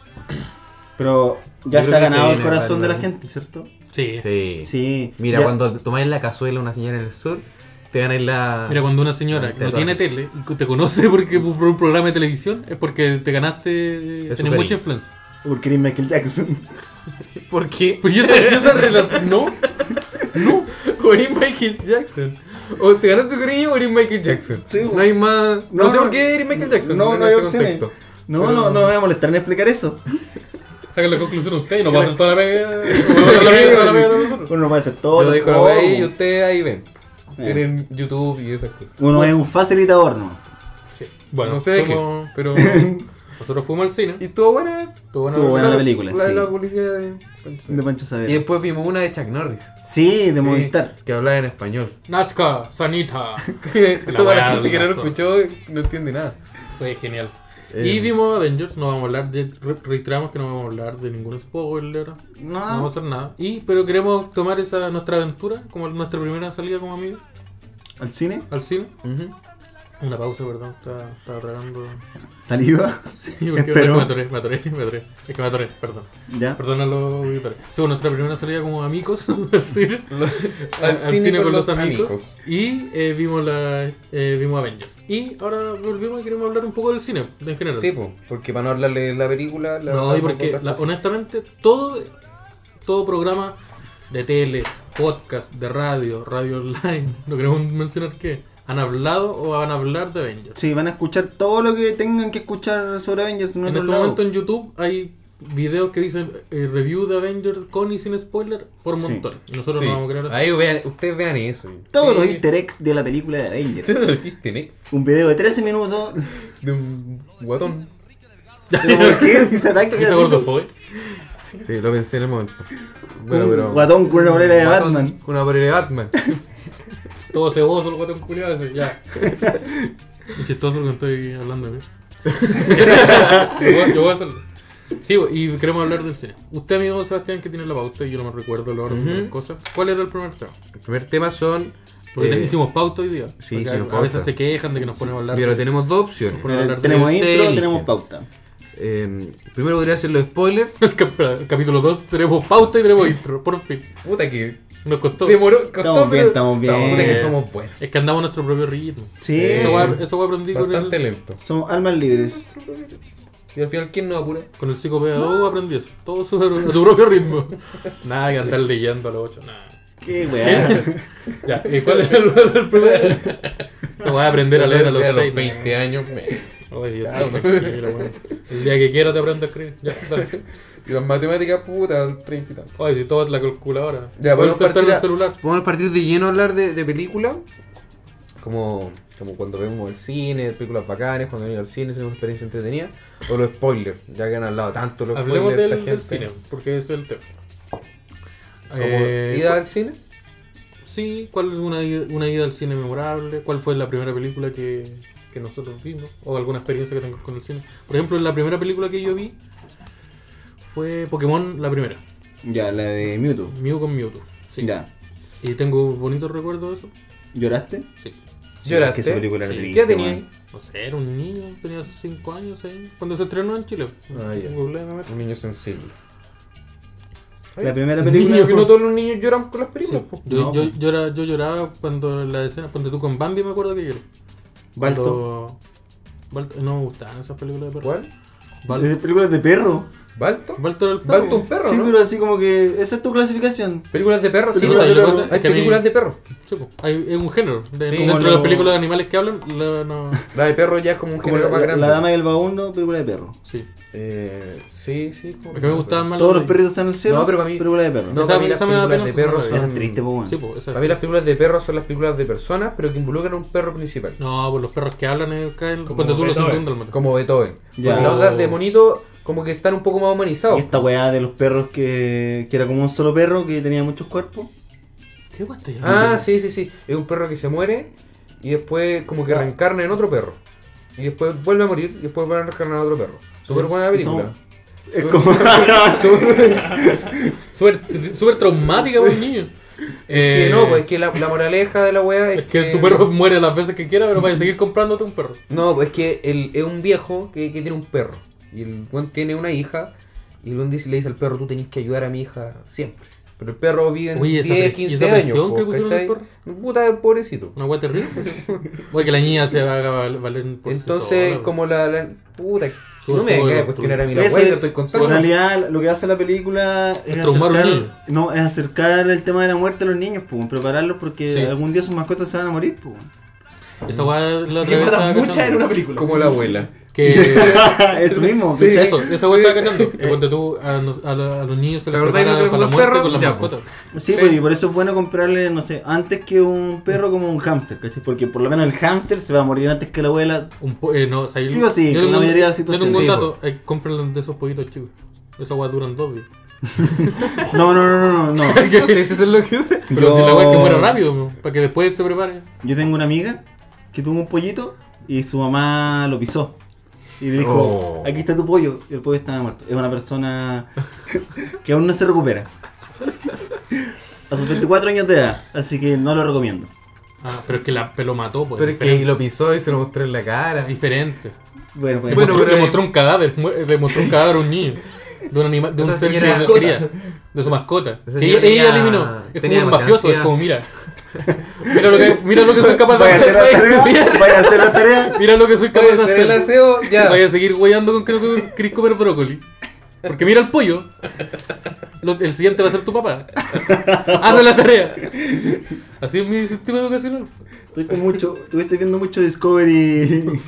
[SPEAKER 2] Pero
[SPEAKER 4] Yo creo
[SPEAKER 2] ya se ha
[SPEAKER 4] que
[SPEAKER 2] ganado
[SPEAKER 4] sí,
[SPEAKER 2] el
[SPEAKER 4] me
[SPEAKER 2] corazón de la
[SPEAKER 4] parece.
[SPEAKER 2] gente, ¿cierto?
[SPEAKER 3] Sí.
[SPEAKER 4] Sí.
[SPEAKER 2] Sí.
[SPEAKER 4] Mira,
[SPEAKER 2] Ya-
[SPEAKER 4] cuando tomáis la cazuela una señora en el sur, te ganáis la.
[SPEAKER 3] Mira, cuando una señora que no
[SPEAKER 4] Te
[SPEAKER 3] tiene
[SPEAKER 4] toca.
[SPEAKER 3] tele y te conoce porque por un programa de televisión es porque te ganaste,
[SPEAKER 4] Es su
[SPEAKER 3] tenés
[SPEAKER 4] cariño.
[SPEAKER 3] mucha influencia.
[SPEAKER 2] Porque eres Michael Jackson.
[SPEAKER 4] ¿Por qué?
[SPEAKER 3] Pero yo esa, esa relación, no,
[SPEAKER 4] O eres Michael Jackson. O te ganas tu cariño o eres Michael Jackson.
[SPEAKER 2] Sí,
[SPEAKER 4] no hay más. No,
[SPEAKER 2] No,
[SPEAKER 4] sé
[SPEAKER 2] no.
[SPEAKER 4] por qué eres Michael Jackson.
[SPEAKER 2] No,
[SPEAKER 4] en
[SPEAKER 2] no hay
[SPEAKER 4] ese
[SPEAKER 2] opciones.
[SPEAKER 4] contexto.
[SPEAKER 2] No, no, no me voy a molestar en explicar eso.
[SPEAKER 3] sacan la conclusión ustedes, no va a hacer toda la pega. no va a hacer toda la pega, toda la pega, toda la pega.
[SPEAKER 2] Uno puede hacer todo.
[SPEAKER 4] Yo dejo la
[SPEAKER 2] tampoco.
[SPEAKER 4] wea ahí y ustedes ahí ven.
[SPEAKER 2] Eh.
[SPEAKER 4] Tienen YouTube y esas cosas.
[SPEAKER 2] Uno es un facilitador, ¿no?
[SPEAKER 3] Sí. Bueno,
[SPEAKER 4] no sé de
[SPEAKER 3] fuimos-
[SPEAKER 4] qué, pero.
[SPEAKER 3] nosotros fuimos al cine.
[SPEAKER 4] y estuvo buena.
[SPEAKER 3] Estuvo buena
[SPEAKER 2] Estuvo
[SPEAKER 3] la-
[SPEAKER 2] buena la película,
[SPEAKER 4] La,
[SPEAKER 2] sí.
[SPEAKER 4] la publicidad de Pancho
[SPEAKER 2] De
[SPEAKER 4] Saavedra.
[SPEAKER 2] Pancho Saavedra.
[SPEAKER 4] Y después vimos una de Chuck Norris.
[SPEAKER 2] Sí, de
[SPEAKER 4] Sí,
[SPEAKER 2] Movistar.
[SPEAKER 4] Que hablaba en español.
[SPEAKER 3] Nazca, Sanita.
[SPEAKER 4] Esto para la
[SPEAKER 3] weá
[SPEAKER 4] gente que no lo
[SPEAKER 3] del
[SPEAKER 4] escuchó no entiende nada.
[SPEAKER 3] Fue genial.
[SPEAKER 4] Eh.
[SPEAKER 3] Y vimos Avengers, no vamos a hablar de. re- Reiteramos que no vamos a hablar de ningún spoiler. No
[SPEAKER 2] No,
[SPEAKER 3] vamos a hacer nada. Y, pero queremos tomar esa nuestra aventura, como nuestra primera salida como amigos,
[SPEAKER 2] al cine,
[SPEAKER 3] al cine.
[SPEAKER 4] Ujú.
[SPEAKER 3] Una pausa, perdón, estaba, estaba tragando.
[SPEAKER 2] saliva,
[SPEAKER 3] Sí, porque
[SPEAKER 2] Espero.
[SPEAKER 3] me atoré, me atoré, me atoré. Es que me atoré, perdón.
[SPEAKER 2] ya.
[SPEAKER 3] Perdón a los auditores. Sí, bueno, nuestra primera salida como amigos al cine,
[SPEAKER 4] Al cine con los amigos.
[SPEAKER 3] Y eh, vimos la eh, vimos Avengers. Y ahora volvimos y queremos hablar un poco del cine en general.
[SPEAKER 4] Sí, po, porque para no hablarle de pues, la película. La
[SPEAKER 3] no,
[SPEAKER 4] verdad,
[SPEAKER 3] y porque
[SPEAKER 4] contar
[SPEAKER 3] la-
[SPEAKER 4] cosas.
[SPEAKER 3] honestamente todo todo programa de tele, podcast, de radio, radio online, no queremos mencionar qué, han hablado o van a hablar de Avengers.
[SPEAKER 2] Sí, van a escuchar todo lo que tengan que escuchar sobre Avengers en
[SPEAKER 3] En
[SPEAKER 2] otro
[SPEAKER 3] este
[SPEAKER 2] lado.
[SPEAKER 3] momento en YouTube hay videos que dicen eh, review de Avengers con y sin spoiler por
[SPEAKER 2] Sí.
[SPEAKER 3] montón. Y nosotros
[SPEAKER 4] Sí.
[SPEAKER 3] no vamos a creer así.
[SPEAKER 4] Ahí vean, ustedes vean eso.
[SPEAKER 2] Todos los
[SPEAKER 3] Sí.
[SPEAKER 2] easter eggs de la película de Avengers.
[SPEAKER 4] Ustedes lo dijiste, Nex.
[SPEAKER 2] Un video de 13 minutos.
[SPEAKER 4] De un guatón.
[SPEAKER 2] Pero ¿por qué? Se ataca
[SPEAKER 3] Esa
[SPEAKER 2] gratuito.
[SPEAKER 3] gordofobia.
[SPEAKER 4] Sí, lo pensé en el momento. Bueno, pero.
[SPEAKER 2] Un guatón con una bolera de
[SPEAKER 4] Guatón
[SPEAKER 2] Batman.
[SPEAKER 4] Con una bolera de Batman.
[SPEAKER 3] Todo ceboso, el guatón culiado ese, ya. Es chistoso lo que estoy hablando, ¿eh? yo, voy, yo voy a hacerlo. Sí, y queremos hablar del cine. Usted, amigo Sebastián, que tiene la pauta y yo no me recuerdo la hora de las
[SPEAKER 4] Ujú.
[SPEAKER 3] cosas. ¿Cuál era el primer tema?
[SPEAKER 4] El primer tema son.
[SPEAKER 3] Porque
[SPEAKER 4] eh,
[SPEAKER 3] hicimos pauta hoy día.
[SPEAKER 4] sí,
[SPEAKER 3] Porque
[SPEAKER 4] hicimos
[SPEAKER 3] A veces
[SPEAKER 4] pauta.
[SPEAKER 3] se quejan de que nos ponemos a hablar.
[SPEAKER 4] Pero
[SPEAKER 3] de-
[SPEAKER 4] tenemos dos opciones.
[SPEAKER 3] Por hablar de-
[SPEAKER 2] Eh, Tenemos
[SPEAKER 4] Usted
[SPEAKER 2] intro,
[SPEAKER 4] elige.
[SPEAKER 2] tenemos pauta.
[SPEAKER 4] Eh, primero podría hacer los spoilers.
[SPEAKER 3] el, cap- el capítulo 2 tenemos pauta y tenemos intro, por fin.
[SPEAKER 4] Puta que.
[SPEAKER 3] Nos costó.
[SPEAKER 4] Demoró. costó,
[SPEAKER 2] Estamos bien,
[SPEAKER 4] pero-
[SPEAKER 2] estamos bien.
[SPEAKER 4] Puta que somos buenos.
[SPEAKER 3] Es que andamos a nuestro propio ritmo.
[SPEAKER 2] Sí.
[SPEAKER 3] Eso va, eso va aprendí con
[SPEAKER 4] Bastante
[SPEAKER 3] el,
[SPEAKER 4] lento.
[SPEAKER 2] Somos almas libres.
[SPEAKER 4] Y al final, ¿quién nos apura?
[SPEAKER 3] con el psicopedagogo. Aprendí eso. Todo su- a tu propio ritmo. Nada que andar leyendo a los 8.
[SPEAKER 2] Qué weá.
[SPEAKER 3] Ya, ¿y cuál es el, el primer? Lo voy a aprender a leer a los
[SPEAKER 4] A
[SPEAKER 3] 6.
[SPEAKER 4] 20 años. me-
[SPEAKER 3] El día que quiera te aprendo a escribir. Ya, dale.
[SPEAKER 4] Y las matemáticas, puta, 30 y tantos.
[SPEAKER 3] Oye, si todo es la calculadora.
[SPEAKER 4] Ya,
[SPEAKER 3] Voy a
[SPEAKER 4] podemos
[SPEAKER 3] intentar
[SPEAKER 4] partir,
[SPEAKER 3] el
[SPEAKER 4] a-
[SPEAKER 3] celular.
[SPEAKER 4] podemos partir de lleno a hablar de, de película. Como, como cuando vemos el cine, películas bacanes, cuando venimos al cine, es una experiencia entretenida. O los spoilers, ya que han hablado tanto los
[SPEAKER 3] Hablemos
[SPEAKER 4] spoilers.
[SPEAKER 3] del,
[SPEAKER 4] esta
[SPEAKER 3] del
[SPEAKER 4] gente.
[SPEAKER 3] cine, porque ese es el tema.
[SPEAKER 4] Como
[SPEAKER 3] Eh,
[SPEAKER 4] ida al cine.
[SPEAKER 3] Sí, ¿cuál es una, ida- una ida al cine memorable? ¿Cuál fue la primera película que, que nosotros vimos? ¿O alguna experiencia que tengas con el cine? Por ejemplo, la primera película que yo vi fue Pokémon, la primera,
[SPEAKER 2] Ya, la de Mewtwo.
[SPEAKER 3] Mew con Mewtwo. Sí.
[SPEAKER 2] Ya.
[SPEAKER 3] Y tengo bonitos recuerdos de eso.
[SPEAKER 2] ¿Lloraste?
[SPEAKER 3] Sí.
[SPEAKER 2] Sí,
[SPEAKER 4] Lloraste.
[SPEAKER 2] es que esa película era
[SPEAKER 3] Sí.
[SPEAKER 2] triste,
[SPEAKER 4] ¿Qué tenía?
[SPEAKER 2] weón.
[SPEAKER 3] No sé, era un niño, tenía 5 años, ahí, Cuando se estrenó en Chile.
[SPEAKER 4] Ah, ya.
[SPEAKER 3] No problema, ¿verdad?
[SPEAKER 4] Un niño sensible.
[SPEAKER 2] La primera
[SPEAKER 3] Un
[SPEAKER 2] película.
[SPEAKER 4] Niño, que no todos los niños lloran con las películas. po.
[SPEAKER 3] Yo,
[SPEAKER 2] No,
[SPEAKER 3] yo,
[SPEAKER 2] pues.
[SPEAKER 3] yo era- yo lloraba cuando la escena, cuando tú con Bambi me acuerdo que lloré.
[SPEAKER 2] Balto.
[SPEAKER 3] Cuando- Balto- No me gustaban esas películas de perro.
[SPEAKER 4] ¿Cuál?
[SPEAKER 3] Bal-
[SPEAKER 2] Esas películas de perro.
[SPEAKER 4] ¿Balto?
[SPEAKER 3] Balto era el perro.
[SPEAKER 4] ¿Balto un perro?
[SPEAKER 2] sí,
[SPEAKER 4] ¿no?
[SPEAKER 2] pero así como que. Esa es tu clasificación.
[SPEAKER 4] Películas de perros, sí.
[SPEAKER 2] Películas
[SPEAKER 4] pero
[SPEAKER 2] de
[SPEAKER 4] hay-
[SPEAKER 2] perro.
[SPEAKER 4] Hay
[SPEAKER 3] Es que a mí-
[SPEAKER 4] películas de perros.
[SPEAKER 3] Sí, po. Hay, es un género. De-
[SPEAKER 4] Sí,
[SPEAKER 3] dentro
[SPEAKER 2] como
[SPEAKER 3] de las
[SPEAKER 2] lo-
[SPEAKER 3] películas de animales que hablan, la- no.
[SPEAKER 4] La de perro ya es como un
[SPEAKER 2] Como
[SPEAKER 4] género
[SPEAKER 2] la,
[SPEAKER 4] más
[SPEAKER 2] la-
[SPEAKER 4] grande.
[SPEAKER 2] la dama y el vagabundo, película de perro.
[SPEAKER 3] Sí.
[SPEAKER 4] Eh, sí, sí. como-
[SPEAKER 3] Porque me gustaban más.
[SPEAKER 2] Todos
[SPEAKER 3] las
[SPEAKER 2] los
[SPEAKER 3] de-
[SPEAKER 2] perritos están en el cielo.
[SPEAKER 4] No, pero para mí-
[SPEAKER 2] Película de perro.
[SPEAKER 4] No,
[SPEAKER 3] Esa-
[SPEAKER 4] para mí las
[SPEAKER 3] esa me da
[SPEAKER 4] películas de
[SPEAKER 3] pena
[SPEAKER 4] perros
[SPEAKER 3] porque
[SPEAKER 2] Esa
[SPEAKER 4] son...
[SPEAKER 2] es triste, po, weón.
[SPEAKER 3] Sí, pues, po, esa-
[SPEAKER 4] Para mí las películas de perros son las películas de personas, pero que involucran a un perro principal.
[SPEAKER 3] No, pues los perros que hablan es caen cuando tú los
[SPEAKER 5] Beethoven.
[SPEAKER 3] entiendes al
[SPEAKER 4] Como Beethoven.
[SPEAKER 2] Ya.
[SPEAKER 4] Porque las otras de monito como que están un poco más
[SPEAKER 2] Y
[SPEAKER 4] humanizados.
[SPEAKER 2] esta weá de los perros que, que era como un solo perro que tenía muchos cuerpos.
[SPEAKER 3] ¿Qué guay está
[SPEAKER 4] Ah, sí, sí, sí. Es un perro que se muere y después como
[SPEAKER 3] Ah.
[SPEAKER 4] que reencarna en otro perro. Y después vuelve a morir y después vuelve a reencarnar en otro perro. Súper buena
[SPEAKER 2] Y
[SPEAKER 4] película. Pues,
[SPEAKER 2] son- Es como.
[SPEAKER 3] Súper súper traumática para un niño.
[SPEAKER 4] Que
[SPEAKER 3] Eh,
[SPEAKER 4] no, pues es que la, la moraleja de la wea es,
[SPEAKER 3] es que tu perro muere las veces que quiera, pero vas a seguir comprándote un perro.
[SPEAKER 4] No, pues es que el- es un viejo que, que tiene un perro. Y el buen tiene una hija. Y el buen dice, le dice al perro, tú tenés que ayudar a mi hija siempre. Pero el perro vive en
[SPEAKER 3] Oye, esa
[SPEAKER 4] 10,
[SPEAKER 3] pres-
[SPEAKER 4] 15
[SPEAKER 3] esa
[SPEAKER 4] años.
[SPEAKER 3] presión
[SPEAKER 4] po,
[SPEAKER 3] que le pusieron al
[SPEAKER 4] ¿cachai? Puta, pobrecito.
[SPEAKER 3] Una guay terrible. Oye, que la niña se haga val- valer por sí
[SPEAKER 4] Entonces,
[SPEAKER 3] sola, pues.
[SPEAKER 4] como la, la- Puta,
[SPEAKER 3] Sube
[SPEAKER 4] no me
[SPEAKER 3] todo
[SPEAKER 4] vengas
[SPEAKER 3] el
[SPEAKER 4] a cuestionar a mí la
[SPEAKER 2] Eso
[SPEAKER 4] wea, te
[SPEAKER 2] es-
[SPEAKER 4] estoy
[SPEAKER 2] En
[SPEAKER 4] contando.
[SPEAKER 2] realidad, lo que hace la película es
[SPEAKER 3] traumar a un niño.
[SPEAKER 2] acercar, no, es acercar el tema de la muerte a los niños, pues, prepararlos porque
[SPEAKER 3] Sí.
[SPEAKER 2] algún día sus mascotas se van a morir. Pues.
[SPEAKER 3] Esa guay la otra
[SPEAKER 5] Se
[SPEAKER 3] vez estaba
[SPEAKER 5] matan muchas en
[SPEAKER 3] cachando.
[SPEAKER 5] una película.
[SPEAKER 4] Como la abuela.
[SPEAKER 3] Que
[SPEAKER 2] Eso mismo,
[SPEAKER 4] Sí.
[SPEAKER 2] ¿cachai?
[SPEAKER 3] Eso, esa weá estaba cachando.
[SPEAKER 2] Eh,
[SPEAKER 3] Que cuando tú a, nos- a la- a los niños se les
[SPEAKER 4] ¿Te acordás
[SPEAKER 3] prepara
[SPEAKER 4] de lo que
[SPEAKER 3] para la
[SPEAKER 4] le
[SPEAKER 3] muerte
[SPEAKER 4] puso
[SPEAKER 3] con las
[SPEAKER 4] perro? Ya,
[SPEAKER 3] mascotas.
[SPEAKER 2] Sí, pues, y por eso es bueno comprarle, no sé, antes que un perro como un hámster, ¿cachai? Porque por lo menos el hámster se va a morir antes que la abuela.
[SPEAKER 3] Un po- eh, no, o sea,
[SPEAKER 2] Sí o sí,
[SPEAKER 3] yo
[SPEAKER 2] con la
[SPEAKER 3] tengo-
[SPEAKER 2] mayoría de las
[SPEAKER 3] Yo
[SPEAKER 2] situaciones. pues.
[SPEAKER 3] tengo un
[SPEAKER 4] Sí,
[SPEAKER 3] dato, eh, compren de esos pollitos chicos. Esas weas duran dos días.
[SPEAKER 2] No, no, no, no, no. no.
[SPEAKER 4] No sé, si eso es lo que dura.
[SPEAKER 3] Pero
[SPEAKER 2] Yo-
[SPEAKER 3] si la wea que muera rápido, mo, para que después se prepare.
[SPEAKER 2] Yo tengo una amiga que tuvo un pollito y su mamá lo pisó. Y le dijo,
[SPEAKER 4] Oh.
[SPEAKER 2] aquí está tu pollo. Y el pollo estaba muerto. Es una persona que aún no se recupera. A sus 24 años de edad. Así que no lo recomiendo.
[SPEAKER 3] Ah, pero es que la, lo mató, pues.
[SPEAKER 4] Pero es que
[SPEAKER 3] diferente.
[SPEAKER 4] y lo pisó y se lo mostró en la cara.
[SPEAKER 3] diferente.
[SPEAKER 2] Bueno, pues...
[SPEAKER 4] Bueno,
[SPEAKER 3] Le, mostró,
[SPEAKER 4] pero
[SPEAKER 3] le
[SPEAKER 4] ahí-
[SPEAKER 3] mostró un cadáver, mu- le mostró un cadáver a un niño. De un animal, de un
[SPEAKER 4] Esa
[SPEAKER 3] ser que
[SPEAKER 4] señora-
[SPEAKER 3] ella quería, de su mascota.
[SPEAKER 4] Esa
[SPEAKER 3] Que
[SPEAKER 4] señora
[SPEAKER 3] ella, ella
[SPEAKER 4] tenía-
[SPEAKER 3] eliminó. Es como
[SPEAKER 4] tenía
[SPEAKER 3] un mafioso,
[SPEAKER 4] demasiada
[SPEAKER 3] es como mira. Mira lo que, mira lo que soy capaz de
[SPEAKER 2] Vaya a hacer la
[SPEAKER 3] hacer.
[SPEAKER 2] tarea. Vaya a hacer la tarea.
[SPEAKER 3] Mira lo que soy capaz de
[SPEAKER 4] Entonces,
[SPEAKER 3] hacer.
[SPEAKER 4] el aseo, ya.
[SPEAKER 3] Vaya a seguir weyando con creo que querés comer brócoli. Porque mira el pollo. lo- el siguiente va a ser tu papá. Haz la tarea. Así es mi sistema educacional.
[SPEAKER 2] Tuviste mucho, estuviste viendo mucho Discovery. ¿Cómo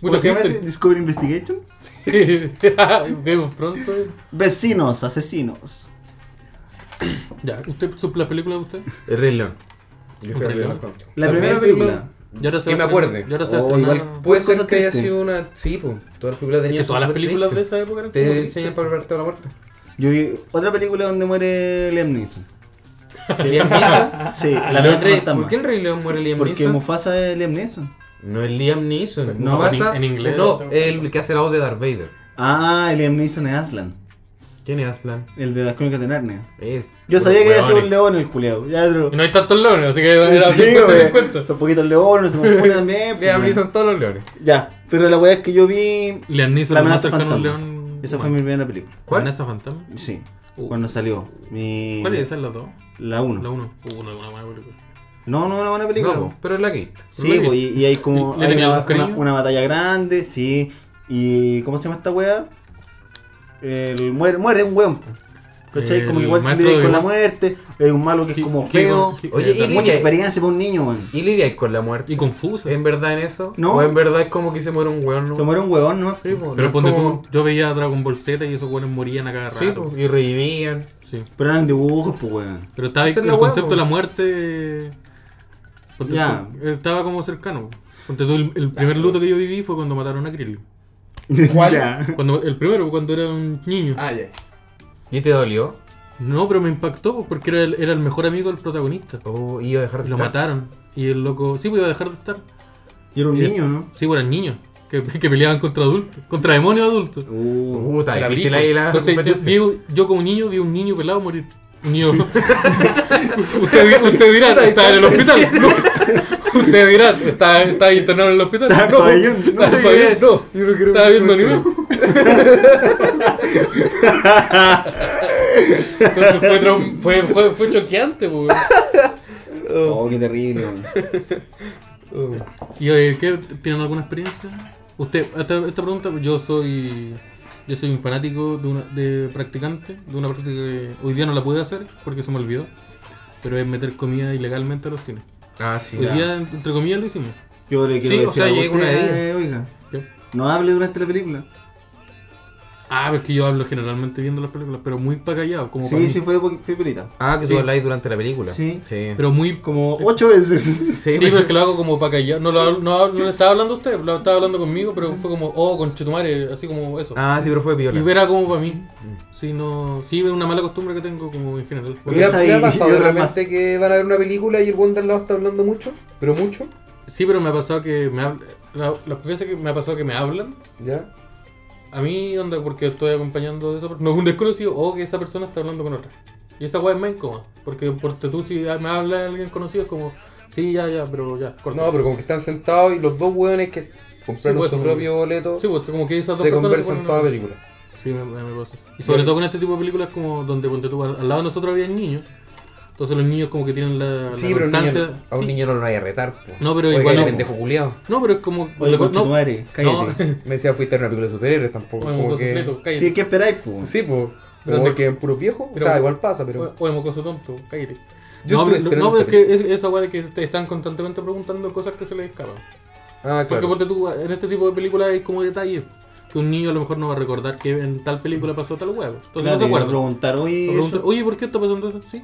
[SPEAKER 3] Mucho
[SPEAKER 2] se llama ese?
[SPEAKER 3] gente.
[SPEAKER 2] Discovery Investigation.
[SPEAKER 3] Game of Thrones todavía.
[SPEAKER 2] Vecinos, asesinos.
[SPEAKER 3] Ya, ¿usted, su, la película de usted?
[SPEAKER 4] El Rey León. Yo fui al
[SPEAKER 3] El Rey
[SPEAKER 4] Rey
[SPEAKER 3] León.
[SPEAKER 4] León.
[SPEAKER 2] La
[SPEAKER 4] También
[SPEAKER 2] primera
[SPEAKER 4] película-
[SPEAKER 2] película.
[SPEAKER 3] Y ahora se
[SPEAKER 4] Que
[SPEAKER 3] va a
[SPEAKER 4] me
[SPEAKER 3] estrenar-
[SPEAKER 4] acuerde.
[SPEAKER 3] Y ahora se va a
[SPEAKER 2] Oh,
[SPEAKER 3] estrenar-
[SPEAKER 2] igual-
[SPEAKER 4] Puede
[SPEAKER 2] Cosas
[SPEAKER 4] ser que haya
[SPEAKER 2] tristes.
[SPEAKER 4] sido una. Sí, pues. Todas las películas
[SPEAKER 3] Es
[SPEAKER 4] tenían.
[SPEAKER 3] que
[SPEAKER 4] su
[SPEAKER 3] todas las
[SPEAKER 4] super
[SPEAKER 3] películas de
[SPEAKER 4] triste.
[SPEAKER 3] esa época eran
[SPEAKER 4] Te
[SPEAKER 3] como-
[SPEAKER 4] enseñan para prepararte a la muerte.
[SPEAKER 2] Yo vi otra película donde muere Liam Neeson.
[SPEAKER 4] Liam Neeson.
[SPEAKER 2] Sí, la
[SPEAKER 4] Pero
[SPEAKER 2] amenaza
[SPEAKER 4] Rey-
[SPEAKER 2] fantasma.
[SPEAKER 4] ah, ¿Por qué en Rey León muere Liam
[SPEAKER 2] Porque
[SPEAKER 4] Neeson?
[SPEAKER 2] Mufasa es Liam Neeson.
[SPEAKER 4] No es Liam Neeson.
[SPEAKER 2] No,
[SPEAKER 4] Mufasa-
[SPEAKER 3] en- en inglés.
[SPEAKER 4] No, el que hace la voz de Darth Vader.
[SPEAKER 2] Ah, Liam Neeson es Aslan,
[SPEAKER 4] ¿Quién es Aslan?
[SPEAKER 2] el de las crónicas de Narnia.
[SPEAKER 4] Es-
[SPEAKER 2] Yo sabía que iba
[SPEAKER 3] Huevones.
[SPEAKER 2] a ser un león el culeado. Ya, bro.
[SPEAKER 3] Y no hay tantos leones, así que era
[SPEAKER 2] Sí,
[SPEAKER 3] 50
[SPEAKER 2] güey.
[SPEAKER 3] 50.
[SPEAKER 2] Son poquitos leones, se confunde también. pues,
[SPEAKER 4] Liam
[SPEAKER 2] güey.
[SPEAKER 4] Neeson todos los leones.
[SPEAKER 2] Ya, pero la weá es que yo vi
[SPEAKER 3] Liam Neeson
[SPEAKER 2] La
[SPEAKER 3] lo más
[SPEAKER 2] amenaza
[SPEAKER 3] cercano a un
[SPEAKER 2] fantasma.
[SPEAKER 3] león.
[SPEAKER 2] Esa fue
[SPEAKER 3] humano.
[SPEAKER 2] mi primera película.
[SPEAKER 4] ¿Cuál?
[SPEAKER 3] ¿Amenaza fantasma?
[SPEAKER 2] Sí,
[SPEAKER 3] Uh.
[SPEAKER 2] cuando salió. Mi...
[SPEAKER 3] ¿Cuál es? ¿Esa es la 2?
[SPEAKER 2] La
[SPEAKER 3] La
[SPEAKER 2] 1.
[SPEAKER 3] 1. Una, una buena película.
[SPEAKER 2] No, no, una buena película.
[SPEAKER 4] No, po, pero es la Kate.
[SPEAKER 2] Sí,
[SPEAKER 3] ¿No la
[SPEAKER 2] po, y, y hay como
[SPEAKER 3] ¿Le
[SPEAKER 2] hay
[SPEAKER 3] tenías
[SPEAKER 2] una,
[SPEAKER 3] un cariño?
[SPEAKER 2] una- una batalla grande, sí. ¿Y cómo se llama esta wea? El, muere, muere un weón. po. ¿Cachai? Como
[SPEAKER 3] El
[SPEAKER 2] igual
[SPEAKER 3] maestro
[SPEAKER 2] lidia
[SPEAKER 3] de-
[SPEAKER 2] con la muerte, es un malo que
[SPEAKER 3] Sí,
[SPEAKER 2] es como
[SPEAKER 3] que-
[SPEAKER 2] feo.
[SPEAKER 3] que-
[SPEAKER 4] Oye,
[SPEAKER 3] que-
[SPEAKER 4] y-
[SPEAKER 2] Mucha experiencia para un niño, weón.
[SPEAKER 4] ¿Y lidiáis con la muerte?
[SPEAKER 3] y confusa.
[SPEAKER 4] ¿En verdad en eso?
[SPEAKER 2] No.
[SPEAKER 4] ¿O en verdad es como que se muere un weón? No?
[SPEAKER 2] Se muere un weón, ¿no?
[SPEAKER 4] Sí, po, no
[SPEAKER 3] Pero
[SPEAKER 4] es
[SPEAKER 3] ponte
[SPEAKER 4] como-
[SPEAKER 3] tú, yo veía Dragon Ball Z y esos buenos morían a cada
[SPEAKER 4] Sí,
[SPEAKER 3] rato.
[SPEAKER 4] po, y revivían.
[SPEAKER 3] Sí.
[SPEAKER 2] Pero eran dibujos, pues weón.
[SPEAKER 3] Pero estaba ahí
[SPEAKER 4] Esa es
[SPEAKER 3] el
[SPEAKER 4] la
[SPEAKER 3] concepto
[SPEAKER 4] hueá,
[SPEAKER 3] de la
[SPEAKER 4] po.
[SPEAKER 3] muerte. ponte
[SPEAKER 2] Ya.
[SPEAKER 3] tú, eh, estaba como cercano. Ponte tú, el, el primer luto que yo viví fue cuando mataron a Krill.
[SPEAKER 5] ¿Cuál?
[SPEAKER 2] Ya.
[SPEAKER 3] Cuando, el primero, cuando era un niño.
[SPEAKER 5] Ah, ya.
[SPEAKER 4] ¿Y te dolió?
[SPEAKER 3] No, pero me impactó porque era el, era el mejor amigo del protagonista.
[SPEAKER 4] ¿O Uh, iba a dejar
[SPEAKER 3] Y
[SPEAKER 4] de
[SPEAKER 3] lo
[SPEAKER 4] estar?
[SPEAKER 3] mataron. Y el loco, sí, pues iba a dejar de estar.
[SPEAKER 2] Y era un
[SPEAKER 3] Y-
[SPEAKER 2] niño, ¿no?
[SPEAKER 3] Sí, pues eran niños que, que peleaban contra adultos, contra demonios adultos.
[SPEAKER 2] Uh,
[SPEAKER 4] Puta,
[SPEAKER 5] Te la
[SPEAKER 4] difícil
[SPEAKER 5] brijo.
[SPEAKER 4] ahí la
[SPEAKER 3] Entonces yo,
[SPEAKER 4] competencia.
[SPEAKER 3] vi- yo como niño vi un niño pelado morir. Un niño. usted, usted dirá, estaba en el hospital. No. Usted dirá, estaba, estaba internado en el hospital.
[SPEAKER 2] Estaba en
[SPEAKER 3] no,
[SPEAKER 2] pabellón, no
[SPEAKER 3] estaba en
[SPEAKER 2] te
[SPEAKER 3] pabellón,
[SPEAKER 2] digas.
[SPEAKER 3] no.
[SPEAKER 1] Yo no quiero
[SPEAKER 3] Estaba
[SPEAKER 1] ver
[SPEAKER 3] viendo
[SPEAKER 1] eso.
[SPEAKER 3] anime. Entonces fue, traum- fue, fue, fue choqueante, po, weón.
[SPEAKER 2] oh, qué terrible, weón.
[SPEAKER 3] ¿Y eh, qué? ¿Tienen alguna experiencia? Usted, esta, esta pregunta, yo soy yo soy un fanático de, una, de practicante, de una práctica que hoy día no la pude hacer porque se me olvidó, pero es meter comida ilegalmente a los cines.
[SPEAKER 4] Ah, sí.
[SPEAKER 3] Hoy
[SPEAKER 2] Ya.
[SPEAKER 3] día, entre comillas, lo hicimos.
[SPEAKER 2] Yo le quiero
[SPEAKER 4] Sí, o
[SPEAKER 2] decir
[SPEAKER 4] sea,
[SPEAKER 2] algo a
[SPEAKER 4] llega una
[SPEAKER 2] usted, eh,
[SPEAKER 4] de
[SPEAKER 2] oiga.
[SPEAKER 3] ¿Qué?
[SPEAKER 2] No hable durante la película.
[SPEAKER 3] Ah, pero es que yo hablo generalmente viendo las películas, pero muy para callado, como para
[SPEAKER 2] Sí,
[SPEAKER 3] mí.
[SPEAKER 2] sí, fue, fue pelita.
[SPEAKER 4] Ah, que
[SPEAKER 3] Sí.
[SPEAKER 4] tú habláis durante la película.
[SPEAKER 2] Sí.
[SPEAKER 4] Sí.
[SPEAKER 3] Pero muy...
[SPEAKER 2] Como ocho veces.
[SPEAKER 4] Sí,
[SPEAKER 3] Sí,
[SPEAKER 4] pero-
[SPEAKER 3] pero es que lo hago como para callado. No, lo, hablo- no, hablo- no le estaba hablando a usted, lo estaba hablando conmigo, pero fue como, oh, conchetumare, así como eso.
[SPEAKER 4] Ah, sí, pero fue
[SPEAKER 3] Y
[SPEAKER 4] piola.
[SPEAKER 3] verá como para mí.
[SPEAKER 4] Mm.
[SPEAKER 3] Sí, no, sí, es una mala costumbre que tengo como en general.
[SPEAKER 2] Porque
[SPEAKER 1] ¿Le ha-
[SPEAKER 2] esa
[SPEAKER 1] le ha
[SPEAKER 2] y-
[SPEAKER 1] pasado
[SPEAKER 2] y
[SPEAKER 1] de
[SPEAKER 2] otras
[SPEAKER 1] repente que van a ver una película y el buen de al lado está hablando mucho? ¿Pero mucho?
[SPEAKER 3] Sí, pero me ha pasado que me hablan. Las veces que me ha pasado que me hablan,
[SPEAKER 1] ¿Ya?
[SPEAKER 3] a mí, onda, porque estoy acompañando de esa persona. No es un desconocido o que esa persona está hablando con otra. Y esa weá es más incómoda. Porque por tú, si me habla alguien conocido, es como, sí, ya, ya, pero ya, corta.
[SPEAKER 1] No, pero como que están sentados y los dos hueones que
[SPEAKER 3] Sí,
[SPEAKER 1] compraron
[SPEAKER 3] pues,
[SPEAKER 1] su
[SPEAKER 3] sí.
[SPEAKER 1] propio boleto
[SPEAKER 3] Sí, pues como que esas dos
[SPEAKER 1] se
[SPEAKER 3] personas.
[SPEAKER 1] conversan
[SPEAKER 3] ponen a-
[SPEAKER 1] toda la película.
[SPEAKER 3] Sí, me, me- me pasa. Y sobre todo con este tipo de películas, como donde ponte tú, al, al lado de nosotros había niños. Entonces los niños, como que tienen la.
[SPEAKER 4] Sí,
[SPEAKER 3] la
[SPEAKER 4] pero un niño-
[SPEAKER 3] constancia-
[SPEAKER 4] a un
[SPEAKER 3] sí.
[SPEAKER 4] niño no lo vaya a retar. po.
[SPEAKER 3] No, pero
[SPEAKER 4] Oiga,
[SPEAKER 3] igual
[SPEAKER 4] el
[SPEAKER 3] no,
[SPEAKER 4] pendejo culiao.
[SPEAKER 3] No, pero es como.
[SPEAKER 2] Oye,
[SPEAKER 3] la-
[SPEAKER 2] con tu
[SPEAKER 3] pues, no,
[SPEAKER 2] madre, cállate.
[SPEAKER 3] no,
[SPEAKER 4] Me decía, fuiste a una película de superhéroes tampoco.
[SPEAKER 3] oye,
[SPEAKER 4] como
[SPEAKER 3] mocoso
[SPEAKER 4] que...
[SPEAKER 3] preto, cállate.
[SPEAKER 2] Sí, ¿qué esperáis, pues?
[SPEAKER 4] Sí, pues.
[SPEAKER 3] Pero
[SPEAKER 4] Como
[SPEAKER 3] de-
[SPEAKER 4] que en puros viejos. O
[SPEAKER 3] pero-
[SPEAKER 4] sea, igual pasa, pero.
[SPEAKER 3] O, o de mocoso tonto, cállate.
[SPEAKER 4] Yo
[SPEAKER 3] no,
[SPEAKER 4] estuve
[SPEAKER 3] pero,
[SPEAKER 4] esperando
[SPEAKER 3] no, pero
[SPEAKER 4] esta
[SPEAKER 3] es que es- esa weá de que te están constantemente preguntando cosas que se les escapan.
[SPEAKER 4] Ah,
[SPEAKER 3] Porque
[SPEAKER 4] claro.
[SPEAKER 3] ponte tú, en este tipo de películas hay como detalles que un niño a lo mejor no va a recordar que en tal película pasó tal huevo. Entonces pues, no se
[SPEAKER 2] Claro, a
[SPEAKER 3] acuerda.
[SPEAKER 2] preguntar, oye.
[SPEAKER 3] Lo pregunta,
[SPEAKER 2] eso-
[SPEAKER 3] Oye, ¿por qué está pasando eso? Sí.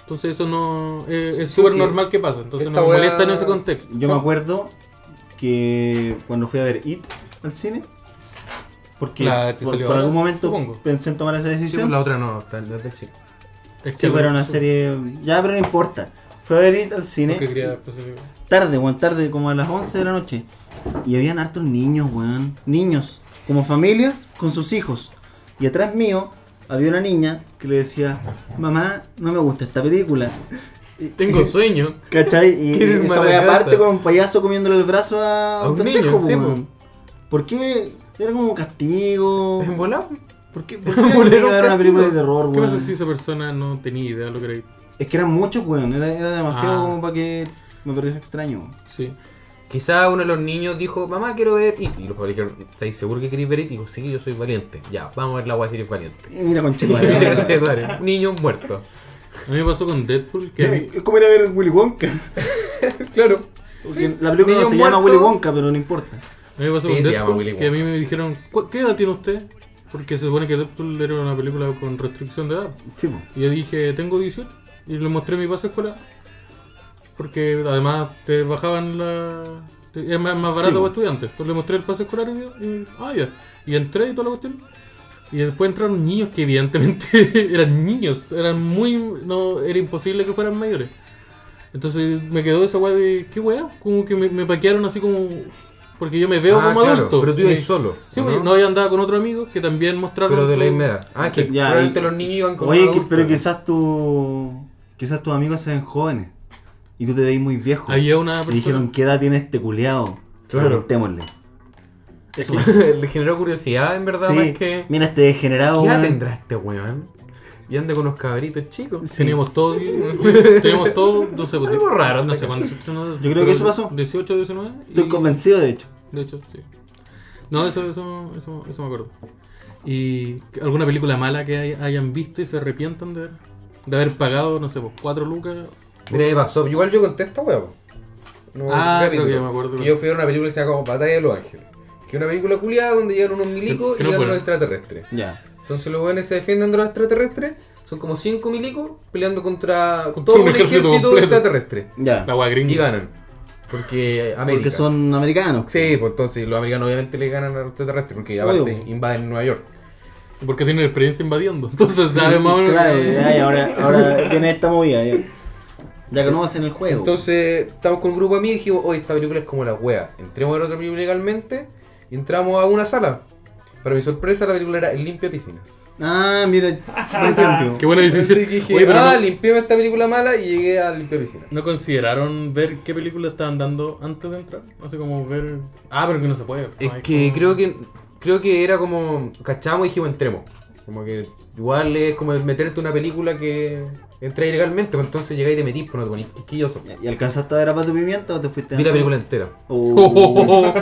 [SPEAKER 3] Entonces eso no eh, es
[SPEAKER 4] Sí,
[SPEAKER 3] súper
[SPEAKER 4] que
[SPEAKER 3] normal que pasa. Entonces
[SPEAKER 4] esta
[SPEAKER 3] nos
[SPEAKER 4] weá-
[SPEAKER 3] molesta en ese contexto.
[SPEAKER 2] Yo me acuerdo que cuando fui a ver It al cine, porque
[SPEAKER 3] La que
[SPEAKER 2] por,
[SPEAKER 3] salió
[SPEAKER 2] por
[SPEAKER 3] ahora,
[SPEAKER 2] algún momento
[SPEAKER 3] supongo.
[SPEAKER 2] pensé en tomar esa
[SPEAKER 4] Sí, pues
[SPEAKER 2] decisión.
[SPEAKER 4] la otra no, está no es del cine.
[SPEAKER 3] Es
[SPEAKER 2] Sí, pero una serie. Ya, pero no importa. Fui a ver It al cine.
[SPEAKER 3] Porque quería pues, especificar.
[SPEAKER 2] Tarde, weón, tarde, como a las 11 de la noche. Y habían hartos niños, weón. Niños, como familias con sus hijos. Y atrás mío había una niña que le decía, mamá, no me gusta esta película. Y-
[SPEAKER 3] Tengo sueño.
[SPEAKER 2] ¿Cachai? Y,
[SPEAKER 4] Qué
[SPEAKER 2] y esa
[SPEAKER 4] mala
[SPEAKER 2] wea parte
[SPEAKER 4] casa.
[SPEAKER 2] con un payaso comiéndole el brazo a,
[SPEAKER 4] A
[SPEAKER 2] un
[SPEAKER 4] un
[SPEAKER 2] pendejo,
[SPEAKER 4] niño,
[SPEAKER 2] po,
[SPEAKER 4] sí,
[SPEAKER 2] weón. ¿Por qué? Era como un castigo.
[SPEAKER 4] ¿En volado?
[SPEAKER 2] ¿Por qué, por qué había que ver una película de terror,
[SPEAKER 3] ¿Qué pasa si
[SPEAKER 2] weón?
[SPEAKER 3] esa persona no tenía idea de lo que era?
[SPEAKER 2] Es que eran muchos, weón. Era, era demasiado
[SPEAKER 3] Ah.
[SPEAKER 2] como para que me pareciera extraño.
[SPEAKER 3] Sí.
[SPEAKER 4] Quizá uno de los niños dijo, mamá, quiero ver It. Y los padres dijeron, ¿estáis seguro que queréis ver It? Y dijo, sí, yo soy valiente. Ya, vamos a ver la guay si eres valiente.
[SPEAKER 2] Mira con chico.
[SPEAKER 4] Mira, conche tu madre, un niño muerto.
[SPEAKER 3] A mí me pasó con Deadpool que vi-
[SPEAKER 2] Es como ir a ver Willy Wonka.
[SPEAKER 1] Claro.
[SPEAKER 2] Porque la película no
[SPEAKER 4] niño
[SPEAKER 2] se
[SPEAKER 4] muerto.
[SPEAKER 2] llama Willy Wonka, pero no importa.
[SPEAKER 3] A mí me pasó
[SPEAKER 4] Sí, se
[SPEAKER 3] con
[SPEAKER 4] llama
[SPEAKER 3] Deadpool,
[SPEAKER 4] Willy
[SPEAKER 3] que a mí
[SPEAKER 4] Wonka.
[SPEAKER 3] me dijeron, "¿Cu- ¿qué edad tiene usted? Porque se supone que Deadpool era una película con restricción de edad.
[SPEAKER 2] Sí, po.
[SPEAKER 3] Y yo dije, tengo 18. Y le mostré mi pase escolar. Porque además te bajaban la... te- Era más, más barato
[SPEAKER 2] Sí.
[SPEAKER 3] para estudiantes. Entonces le mostré el pase escolar y, y- ah, ya. Y entré y toda la cuestión. Y después entraron niños que evidentemente eran niños. Eran muy... No, era imposible que fueran mayores. Entonces me quedó esa weá de... ¿Qué weá? Como que me, me paquearon así como... Porque yo me veo
[SPEAKER 4] Ah,
[SPEAKER 3] como
[SPEAKER 4] claro,
[SPEAKER 3] adulto.
[SPEAKER 4] Pero tú ibas
[SPEAKER 3] Me-
[SPEAKER 4] solo.
[SPEAKER 3] Sí,
[SPEAKER 4] ¿o
[SPEAKER 3] porque no había andado con otro amigo que también mostraron
[SPEAKER 4] Pero de
[SPEAKER 3] su-
[SPEAKER 4] la misma edad. Ah, que
[SPEAKER 2] Ya,
[SPEAKER 4] probablemente
[SPEAKER 2] y-
[SPEAKER 4] los niños iban con
[SPEAKER 2] Oye,
[SPEAKER 4] un
[SPEAKER 2] que-
[SPEAKER 4] adulto.
[SPEAKER 2] pero quizás tu, quizás tus amigos se ven jóvenes y tú te veis muy viejo.
[SPEAKER 3] Había una
[SPEAKER 2] Y
[SPEAKER 3] persona...
[SPEAKER 2] dijeron, ¿qué edad tiene este culeado?
[SPEAKER 4] Claro.
[SPEAKER 2] Preguntémosle. Eso pasó.
[SPEAKER 4] Le generó curiosidad, en verdad,
[SPEAKER 2] Sí.
[SPEAKER 4] más que.
[SPEAKER 2] Mira este degenerado.
[SPEAKER 4] ¿Qué edad
[SPEAKER 2] weón.
[SPEAKER 4] tendrá este weón? Y anda con unos cabritos chicos.
[SPEAKER 2] Sí.
[SPEAKER 3] Teníamos todo, teníamos todo, no sé,
[SPEAKER 4] Algo raro,
[SPEAKER 3] no sé cuándo se estrenó.
[SPEAKER 2] Yo creo que eso pasó.
[SPEAKER 3] 18, 19.
[SPEAKER 2] Estoy
[SPEAKER 3] y-
[SPEAKER 2] convencido, de hecho.
[SPEAKER 3] De hecho, sí. No, eso, eso, eso, eso me acuerdo. ¿Y alguna película mala que hay- hayan visto y se arrepientan de, haber- de haber pagado, no sé, pues 4 lucas?
[SPEAKER 4] Mira, me pasó. Igual yo conté esta weá. po. No,
[SPEAKER 3] Ah,
[SPEAKER 4] capítulo.
[SPEAKER 3] creo que me acuerdo.
[SPEAKER 4] Que yo fui a ver una película que se llama como Batalla de los Ángeles. Que es una película culiada donde llegan unos milicos
[SPEAKER 3] Que- que
[SPEAKER 4] y
[SPEAKER 3] no
[SPEAKER 4] llegan
[SPEAKER 3] fueron.
[SPEAKER 4] unos extraterrestres.
[SPEAKER 2] Ya.
[SPEAKER 4] Entonces los weones se defienden de los extraterrestres. Son como cinco milicos peleando contra,
[SPEAKER 3] Contra
[SPEAKER 4] todo
[SPEAKER 3] un
[SPEAKER 4] un
[SPEAKER 3] ejército
[SPEAKER 4] ejército
[SPEAKER 3] completo.
[SPEAKER 4] extraterrestre.
[SPEAKER 2] Ya.
[SPEAKER 3] La gringa.
[SPEAKER 4] Y ganan. Porque eh, América.
[SPEAKER 2] Porque son americanos.
[SPEAKER 4] Sí, pues entonces los americanos obviamente le ganan a los extraterrestres porque
[SPEAKER 2] Obvio.
[SPEAKER 4] aparte invaden Nueva York.
[SPEAKER 3] Porque tienen experiencia invadiendo. Entonces, saben más o menos.
[SPEAKER 2] Claro, ya, y ahora, ahora viene esta movida. Ya, ya conocen el juego.
[SPEAKER 4] Entonces estamos con un grupo de amigos y dijimos, oye, esta película es como la wea. Entremos a ver otra película legalmente y entramos a una sala. Para mi sorpresa, la película era El Limpia Piscinas.
[SPEAKER 2] Ah, mira, buen cambio.
[SPEAKER 3] Qué buena decisión.
[SPEAKER 4] Así que dije,
[SPEAKER 3] Oye, pero
[SPEAKER 4] ah,
[SPEAKER 3] no-
[SPEAKER 4] limpiame esta película mala y llegué a Limpia Piscinas.
[SPEAKER 3] ¿No consideraron ver qué película estaban dando antes de entrar? No sé cómo ver. Ah, pero que no se puede.
[SPEAKER 4] Es que creo que creo que era como, cachamos y dijimos, entremos. Como que igual es como meterte una película que entra ilegalmente, pues entonces llegáis y te metís, pues no te ponís quisquilloso.
[SPEAKER 2] ¿Y alcanzaste a ver a Pato Pimienta o te fuiste a.?
[SPEAKER 4] Vi la película entera.
[SPEAKER 2] Oh,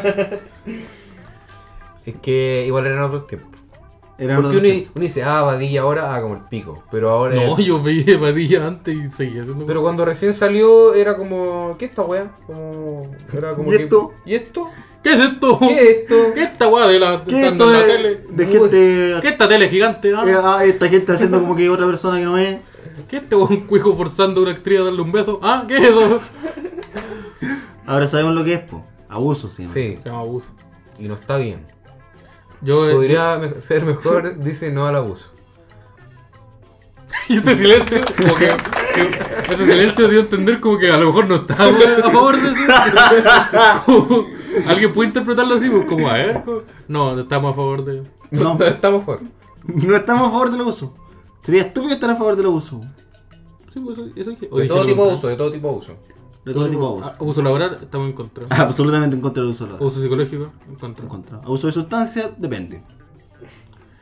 [SPEAKER 4] Es que igual eran otros tiempos.
[SPEAKER 2] era
[SPEAKER 4] Porque uno,
[SPEAKER 2] una-
[SPEAKER 4] uno dice, ah, Badilla ahora, ah, como el pico. Pero ahora.
[SPEAKER 3] No, yo veía Padilla antes y seguía haciendo.
[SPEAKER 4] Pero cuando recién salió era como, ¿qué esta weá? Como, era como
[SPEAKER 2] ¿Y
[SPEAKER 4] que-
[SPEAKER 2] esto?
[SPEAKER 4] ¿Y esto?
[SPEAKER 3] ¿Qué es esto?
[SPEAKER 4] ¿Qué es esto?
[SPEAKER 3] ¿Qué es esta weá de la,
[SPEAKER 2] ¿Qué
[SPEAKER 3] de
[SPEAKER 2] esto
[SPEAKER 3] la
[SPEAKER 2] de,
[SPEAKER 3] tele?
[SPEAKER 2] de gente.?
[SPEAKER 3] ¿Qué es esta tele gigante? Ah,
[SPEAKER 2] eh, ah, esta gente haciendo como que otra persona que no es.
[SPEAKER 3] ¿Qué es este weón cuijo forzando a una actriz a darle un beso? Ah, ¿qué es eso?
[SPEAKER 2] Ahora sabemos lo que es, po. Abuso, sí. ¿no?
[SPEAKER 4] Sí,
[SPEAKER 3] Se llama abuso.
[SPEAKER 4] y no está bien.
[SPEAKER 3] Yo. eh,
[SPEAKER 4] Podría me- ser mejor, dice no al abuso.
[SPEAKER 3] Y este silencio, como que. que- Este silencio dio a entender como que a lo mejor no estaba a favor de eso. Como- Alguien puede interpretarlo así, pues, como a ver. como- No, estamos a favor de.
[SPEAKER 2] No.
[SPEAKER 4] No estamos fuera.
[SPEAKER 2] No estamos a favor del abuso. Sería estúpido estar a favor del abuso.
[SPEAKER 3] Sí, pues, eso, eso dije. O
[SPEAKER 4] De
[SPEAKER 3] dije
[SPEAKER 4] todo tipo de
[SPEAKER 3] lo contrario.
[SPEAKER 4] abuso, de todo tipo de abuso.
[SPEAKER 2] De todo tipo de abuso.
[SPEAKER 3] Ah, Abuso laboral, estamos en contra.
[SPEAKER 2] Absolutamente en contra del abuso. laboral.
[SPEAKER 3] Abuso psicológico, en contra.
[SPEAKER 2] En contra. Abuso de sustancia, depende.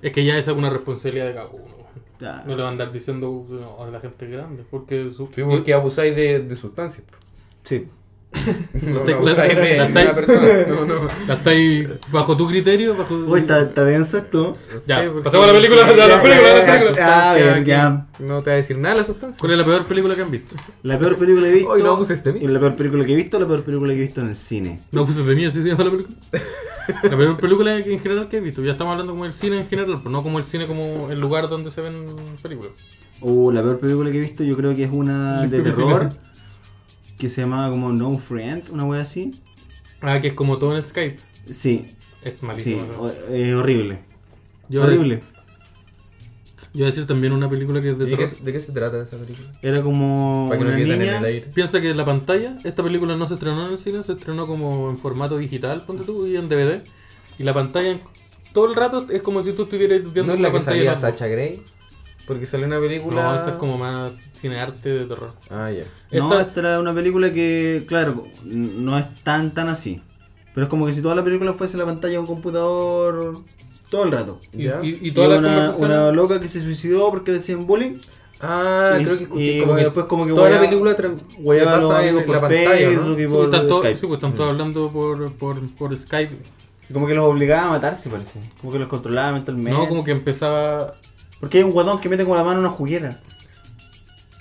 [SPEAKER 3] Es que ya esa es una responsabilidad de cada uno.
[SPEAKER 2] Ya.
[SPEAKER 3] No le van a andar diciendo no, a la gente grande. Porque su-
[SPEAKER 4] Sí, porque abusáis de, de sustancias.
[SPEAKER 2] Sí.
[SPEAKER 4] No,
[SPEAKER 3] te-
[SPEAKER 4] no abusáis
[SPEAKER 3] la-
[SPEAKER 4] de,
[SPEAKER 3] la-
[SPEAKER 4] de una persona. No, no.
[SPEAKER 3] la estáis bajo tu criterio. Bajo...
[SPEAKER 2] Uy, está, está denso esto.
[SPEAKER 3] Ya,
[SPEAKER 4] Sí, porque-
[SPEAKER 3] pasemos a la película, a la
[SPEAKER 2] Ya,
[SPEAKER 3] película, a
[SPEAKER 2] ya,
[SPEAKER 3] la
[SPEAKER 2] ya,
[SPEAKER 3] película.
[SPEAKER 2] ya,
[SPEAKER 4] sustancia
[SPEAKER 2] bien,
[SPEAKER 4] que
[SPEAKER 2] Ah, ya.
[SPEAKER 4] No te va a decir nada la sustancia.
[SPEAKER 3] ¿Cuál es la peor película que han visto?
[SPEAKER 2] La peor película que he visto.
[SPEAKER 4] Hoy no abuses de mí.
[SPEAKER 2] y La peor película que he visto, la peor película que he visto en el cine.
[SPEAKER 3] No, pues de mí así se llama la película. La peor película en general que he visto. Ya estamos hablando como el cine en general, pero no como el cine como el lugar donde se ven películas.
[SPEAKER 2] O la peor película que he visto, yo creo que es una de terror. Que se llamaba como No Friend, una wea así.
[SPEAKER 3] Ah, que es como todo en Skype.
[SPEAKER 2] Sí,
[SPEAKER 3] Es
[SPEAKER 2] sí,
[SPEAKER 3] malísimo. ¿no?
[SPEAKER 2] o- eh, horrible.
[SPEAKER 3] Yo, voy a decir-
[SPEAKER 2] horrible.
[SPEAKER 3] yo voy a decir también una película que es de
[SPEAKER 4] ¿De qué,
[SPEAKER 3] terror.
[SPEAKER 4] ¿De qué se trata esa película?
[SPEAKER 2] Era como
[SPEAKER 4] Para que no
[SPEAKER 2] una
[SPEAKER 4] quede tan en
[SPEAKER 2] niña.
[SPEAKER 4] el aire.
[SPEAKER 3] Piensa que la pantalla, esta película no se estrenó en el cine, se estrenó como en formato digital, ponte tú, y en DVD. Y la pantalla en- todo el rato es como si tú estuvieras viendo
[SPEAKER 4] ¿No es la que
[SPEAKER 3] pantalla.
[SPEAKER 4] salía
[SPEAKER 3] de la-
[SPEAKER 4] Sacha Grey? Porque salió una película.
[SPEAKER 3] No, esa es como más cinearte de terror.
[SPEAKER 4] Ah, ya.
[SPEAKER 2] No,
[SPEAKER 3] Esta-
[SPEAKER 2] esta era una película que, claro, n- no es tan tan así. Pero es como que si toda la película fuese la pantalla de un computador todo el rato.
[SPEAKER 3] Y,
[SPEAKER 4] Ya.
[SPEAKER 3] y- y
[SPEAKER 2] Y
[SPEAKER 3] todas las
[SPEAKER 2] una,
[SPEAKER 3] conversaciones-
[SPEAKER 2] una loca que se suicidó porque le decían bullying.
[SPEAKER 4] Ah,
[SPEAKER 2] Y-
[SPEAKER 4] creo que escuché
[SPEAKER 2] y
[SPEAKER 4] como que
[SPEAKER 2] después como que
[SPEAKER 4] toda la
[SPEAKER 2] hueá-
[SPEAKER 4] película tra- se
[SPEAKER 2] Hueveaba a los
[SPEAKER 4] pasa
[SPEAKER 2] amigos
[SPEAKER 4] en
[SPEAKER 2] por
[SPEAKER 4] la pantalla,
[SPEAKER 2] Facebook
[SPEAKER 4] ¿no?
[SPEAKER 2] y
[SPEAKER 3] Sí, pues,
[SPEAKER 2] por
[SPEAKER 3] están todos-
[SPEAKER 2] Skype.
[SPEAKER 3] sí, pues, están todos hablando por, por, por Skype.
[SPEAKER 2] Y Como que los obligaba a matarse, parece. Como que los controlaba mentalmente.
[SPEAKER 3] No, como que empezaba.
[SPEAKER 2] Porque hay un guatón que mete con la mano una juguera.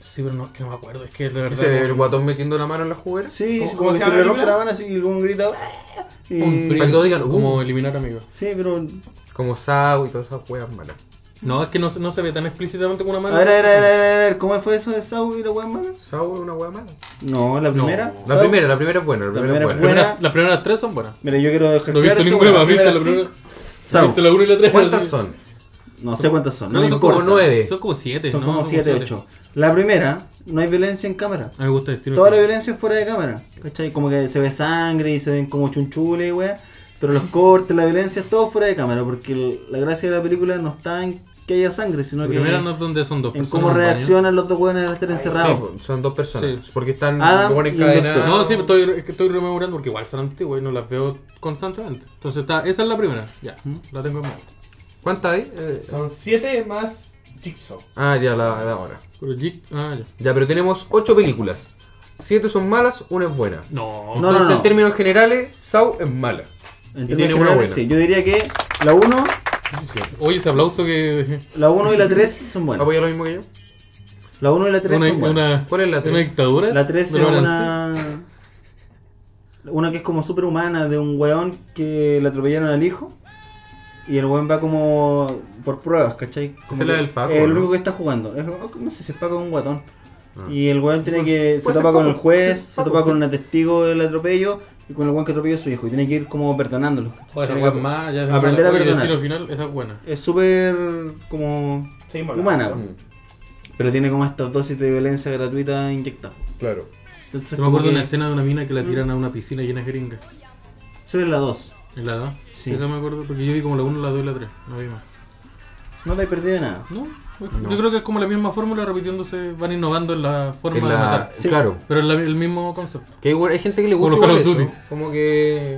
[SPEAKER 3] Sí, pero no, es que no me acuerdo. Es que de verdad.
[SPEAKER 4] Ese el
[SPEAKER 3] no-
[SPEAKER 4] guatón metiendo la mano en la juguera.
[SPEAKER 2] Sí,
[SPEAKER 5] ¿Cómo-
[SPEAKER 2] como
[SPEAKER 5] cómo
[SPEAKER 2] que
[SPEAKER 5] se
[SPEAKER 2] se
[SPEAKER 5] llama
[SPEAKER 2] le
[SPEAKER 5] la
[SPEAKER 2] rompe
[SPEAKER 5] película?
[SPEAKER 2] la mano así y con un grito. "Ah", y-
[SPEAKER 3] Un frío,
[SPEAKER 4] Para que todos digan, uh.
[SPEAKER 3] como eliminar amigos.
[SPEAKER 2] Sí, pero.
[SPEAKER 4] Como Sao y todas esas weas malas.
[SPEAKER 3] No, es que no, se- no se ve tan explícitamente con una
[SPEAKER 2] A
[SPEAKER 3] mano.
[SPEAKER 2] ver, a ver, a ver, a ver, a ver, ¿cómo fue eso de Sau y la wea mala?
[SPEAKER 4] Sao es una wea mala.
[SPEAKER 2] No, la primera.
[SPEAKER 4] La
[SPEAKER 2] Saw-
[SPEAKER 4] primera, la primera es buena, la primera,
[SPEAKER 2] primera
[SPEAKER 4] es
[SPEAKER 2] es
[SPEAKER 4] buena.
[SPEAKER 2] buena.
[SPEAKER 3] Las- las primeras tres son buenas.
[SPEAKER 2] Mira, yo quiero dejar
[SPEAKER 3] No he visto
[SPEAKER 2] claro esta
[SPEAKER 3] ninguna,
[SPEAKER 2] wea,
[SPEAKER 3] más viste la
[SPEAKER 2] primera
[SPEAKER 3] primera.
[SPEAKER 2] sí. Saw.
[SPEAKER 3] Viste la 1 y la 3.
[SPEAKER 4] ¿Cuántas son?
[SPEAKER 2] No sé cuántas son, no,
[SPEAKER 3] Creo
[SPEAKER 2] me
[SPEAKER 3] que son como
[SPEAKER 2] importa.
[SPEAKER 4] nueve.
[SPEAKER 3] Son como 7,
[SPEAKER 2] Son como 7, 8. La primera, no hay violencia en cámara.
[SPEAKER 3] A mí me gusta el estilo.
[SPEAKER 2] Toda la violencia es fuera de cámara. ¿Cachai? Como que se ve sangre y se ven como chunchules y weá. Pero los cortes, la violencia, es todo fuera de cámara. Porque el- la gracia de la película no está en que haya sangre, sino
[SPEAKER 3] La
[SPEAKER 2] que
[SPEAKER 3] primera no es donde son dos
[SPEAKER 2] en
[SPEAKER 3] personas.
[SPEAKER 2] cómo
[SPEAKER 3] en un baño.
[SPEAKER 2] reaccionan los dos weones al estar
[SPEAKER 3] pues.
[SPEAKER 2] encerrados.
[SPEAKER 4] Sí, son dos personas. Porque están
[SPEAKER 2] Adam
[SPEAKER 4] ponen
[SPEAKER 2] y el
[SPEAKER 4] cadena.
[SPEAKER 2] doctor.
[SPEAKER 3] No, sí, pero estoy, es que estoy rememorando porque igual son antiguas y no las veo constantemente. Entonces, está, esa es la primera. Ya, la tengo en mente.
[SPEAKER 4] ¿Cuántas hay? Eh,
[SPEAKER 5] Son 7 más Jigsaw.
[SPEAKER 4] ah, ya la de ahora.
[SPEAKER 3] Pero Jig- Ah, ya.
[SPEAKER 4] Ya, pero tenemos ocho películas. Siete son malas, una es buena.
[SPEAKER 3] No,
[SPEAKER 2] No,
[SPEAKER 4] Entonces, en términos generales, Saw es mala.
[SPEAKER 2] En
[SPEAKER 4] tiene
[SPEAKER 2] términos
[SPEAKER 4] una
[SPEAKER 2] generales,
[SPEAKER 4] buena.
[SPEAKER 2] sí. Yo diría que la 1,
[SPEAKER 3] Oye, ese aplauso que.
[SPEAKER 2] la 1 y la 3 son buenas.
[SPEAKER 4] ¿Apoya lo mismo que yo?
[SPEAKER 2] La 1 y la 3
[SPEAKER 3] Una,
[SPEAKER 2] son buenas.
[SPEAKER 3] una,
[SPEAKER 4] ¿Cuál es la
[SPEAKER 3] ¿Una
[SPEAKER 4] tres?
[SPEAKER 3] dictadura?
[SPEAKER 2] La 3
[SPEAKER 3] ¿De
[SPEAKER 2] es
[SPEAKER 3] Lorenzo?
[SPEAKER 2] una. Una que es como superhumana de un weón que le atropellaron al hijo. Y el weón va como por pruebas, ¿cachai? Como
[SPEAKER 4] Esa es la
[SPEAKER 2] que
[SPEAKER 4] del Paco,
[SPEAKER 2] Es el
[SPEAKER 4] ¿no?
[SPEAKER 2] único que está jugando. Es- oh, no sé si es Paco o un guatón.
[SPEAKER 4] Ah.
[SPEAKER 2] Y el weón tiene que. Se
[SPEAKER 5] Pues, puede ser
[SPEAKER 2] topa con
[SPEAKER 5] Paco,
[SPEAKER 2] el juez,
[SPEAKER 5] sí,
[SPEAKER 2] se
[SPEAKER 5] Paco.
[SPEAKER 2] topa con un testigo del atropello y con el weón que atropelló a su hijo. Y tiene que ir como perdonándolo.
[SPEAKER 3] Joder,
[SPEAKER 2] Tiene
[SPEAKER 3] esa
[SPEAKER 2] que-
[SPEAKER 3] es más, ya es
[SPEAKER 2] aprender a
[SPEAKER 3] mala. Oye,
[SPEAKER 2] perdonar.
[SPEAKER 3] El tiro final, esa es buena.
[SPEAKER 2] Es súper como.
[SPEAKER 5] Seguimos
[SPEAKER 2] humana.
[SPEAKER 5] hablando.
[SPEAKER 2] Pero tiene como estas dosis de violencia gratuita inyectada.
[SPEAKER 4] Claro.
[SPEAKER 2] Entonces,
[SPEAKER 3] Yo me
[SPEAKER 2] como
[SPEAKER 3] acuerdo de una
[SPEAKER 2] que-
[SPEAKER 3] escena de una mina que la tiran a una piscina llena de jeringas.
[SPEAKER 2] Eso es la 2.
[SPEAKER 3] ¿En la 2?
[SPEAKER 2] Sí.
[SPEAKER 3] Esa me acuerdo porque yo vi como la 1, la 2 y la 3. No vi más.
[SPEAKER 2] No te he perdido nada.
[SPEAKER 3] No, pues, yo creo que es como la misma fórmula repitiéndose, van innovando en la forma
[SPEAKER 4] Es
[SPEAKER 3] de
[SPEAKER 4] la,
[SPEAKER 3] matar.
[SPEAKER 2] Sí.
[SPEAKER 4] Claro.
[SPEAKER 3] Pero es la- el mismo concepto.
[SPEAKER 4] Que hay, hay gente que le
[SPEAKER 3] Como
[SPEAKER 4] gusta
[SPEAKER 3] los Call
[SPEAKER 4] igual
[SPEAKER 3] of
[SPEAKER 4] eso.
[SPEAKER 3] Duty.
[SPEAKER 4] Como que.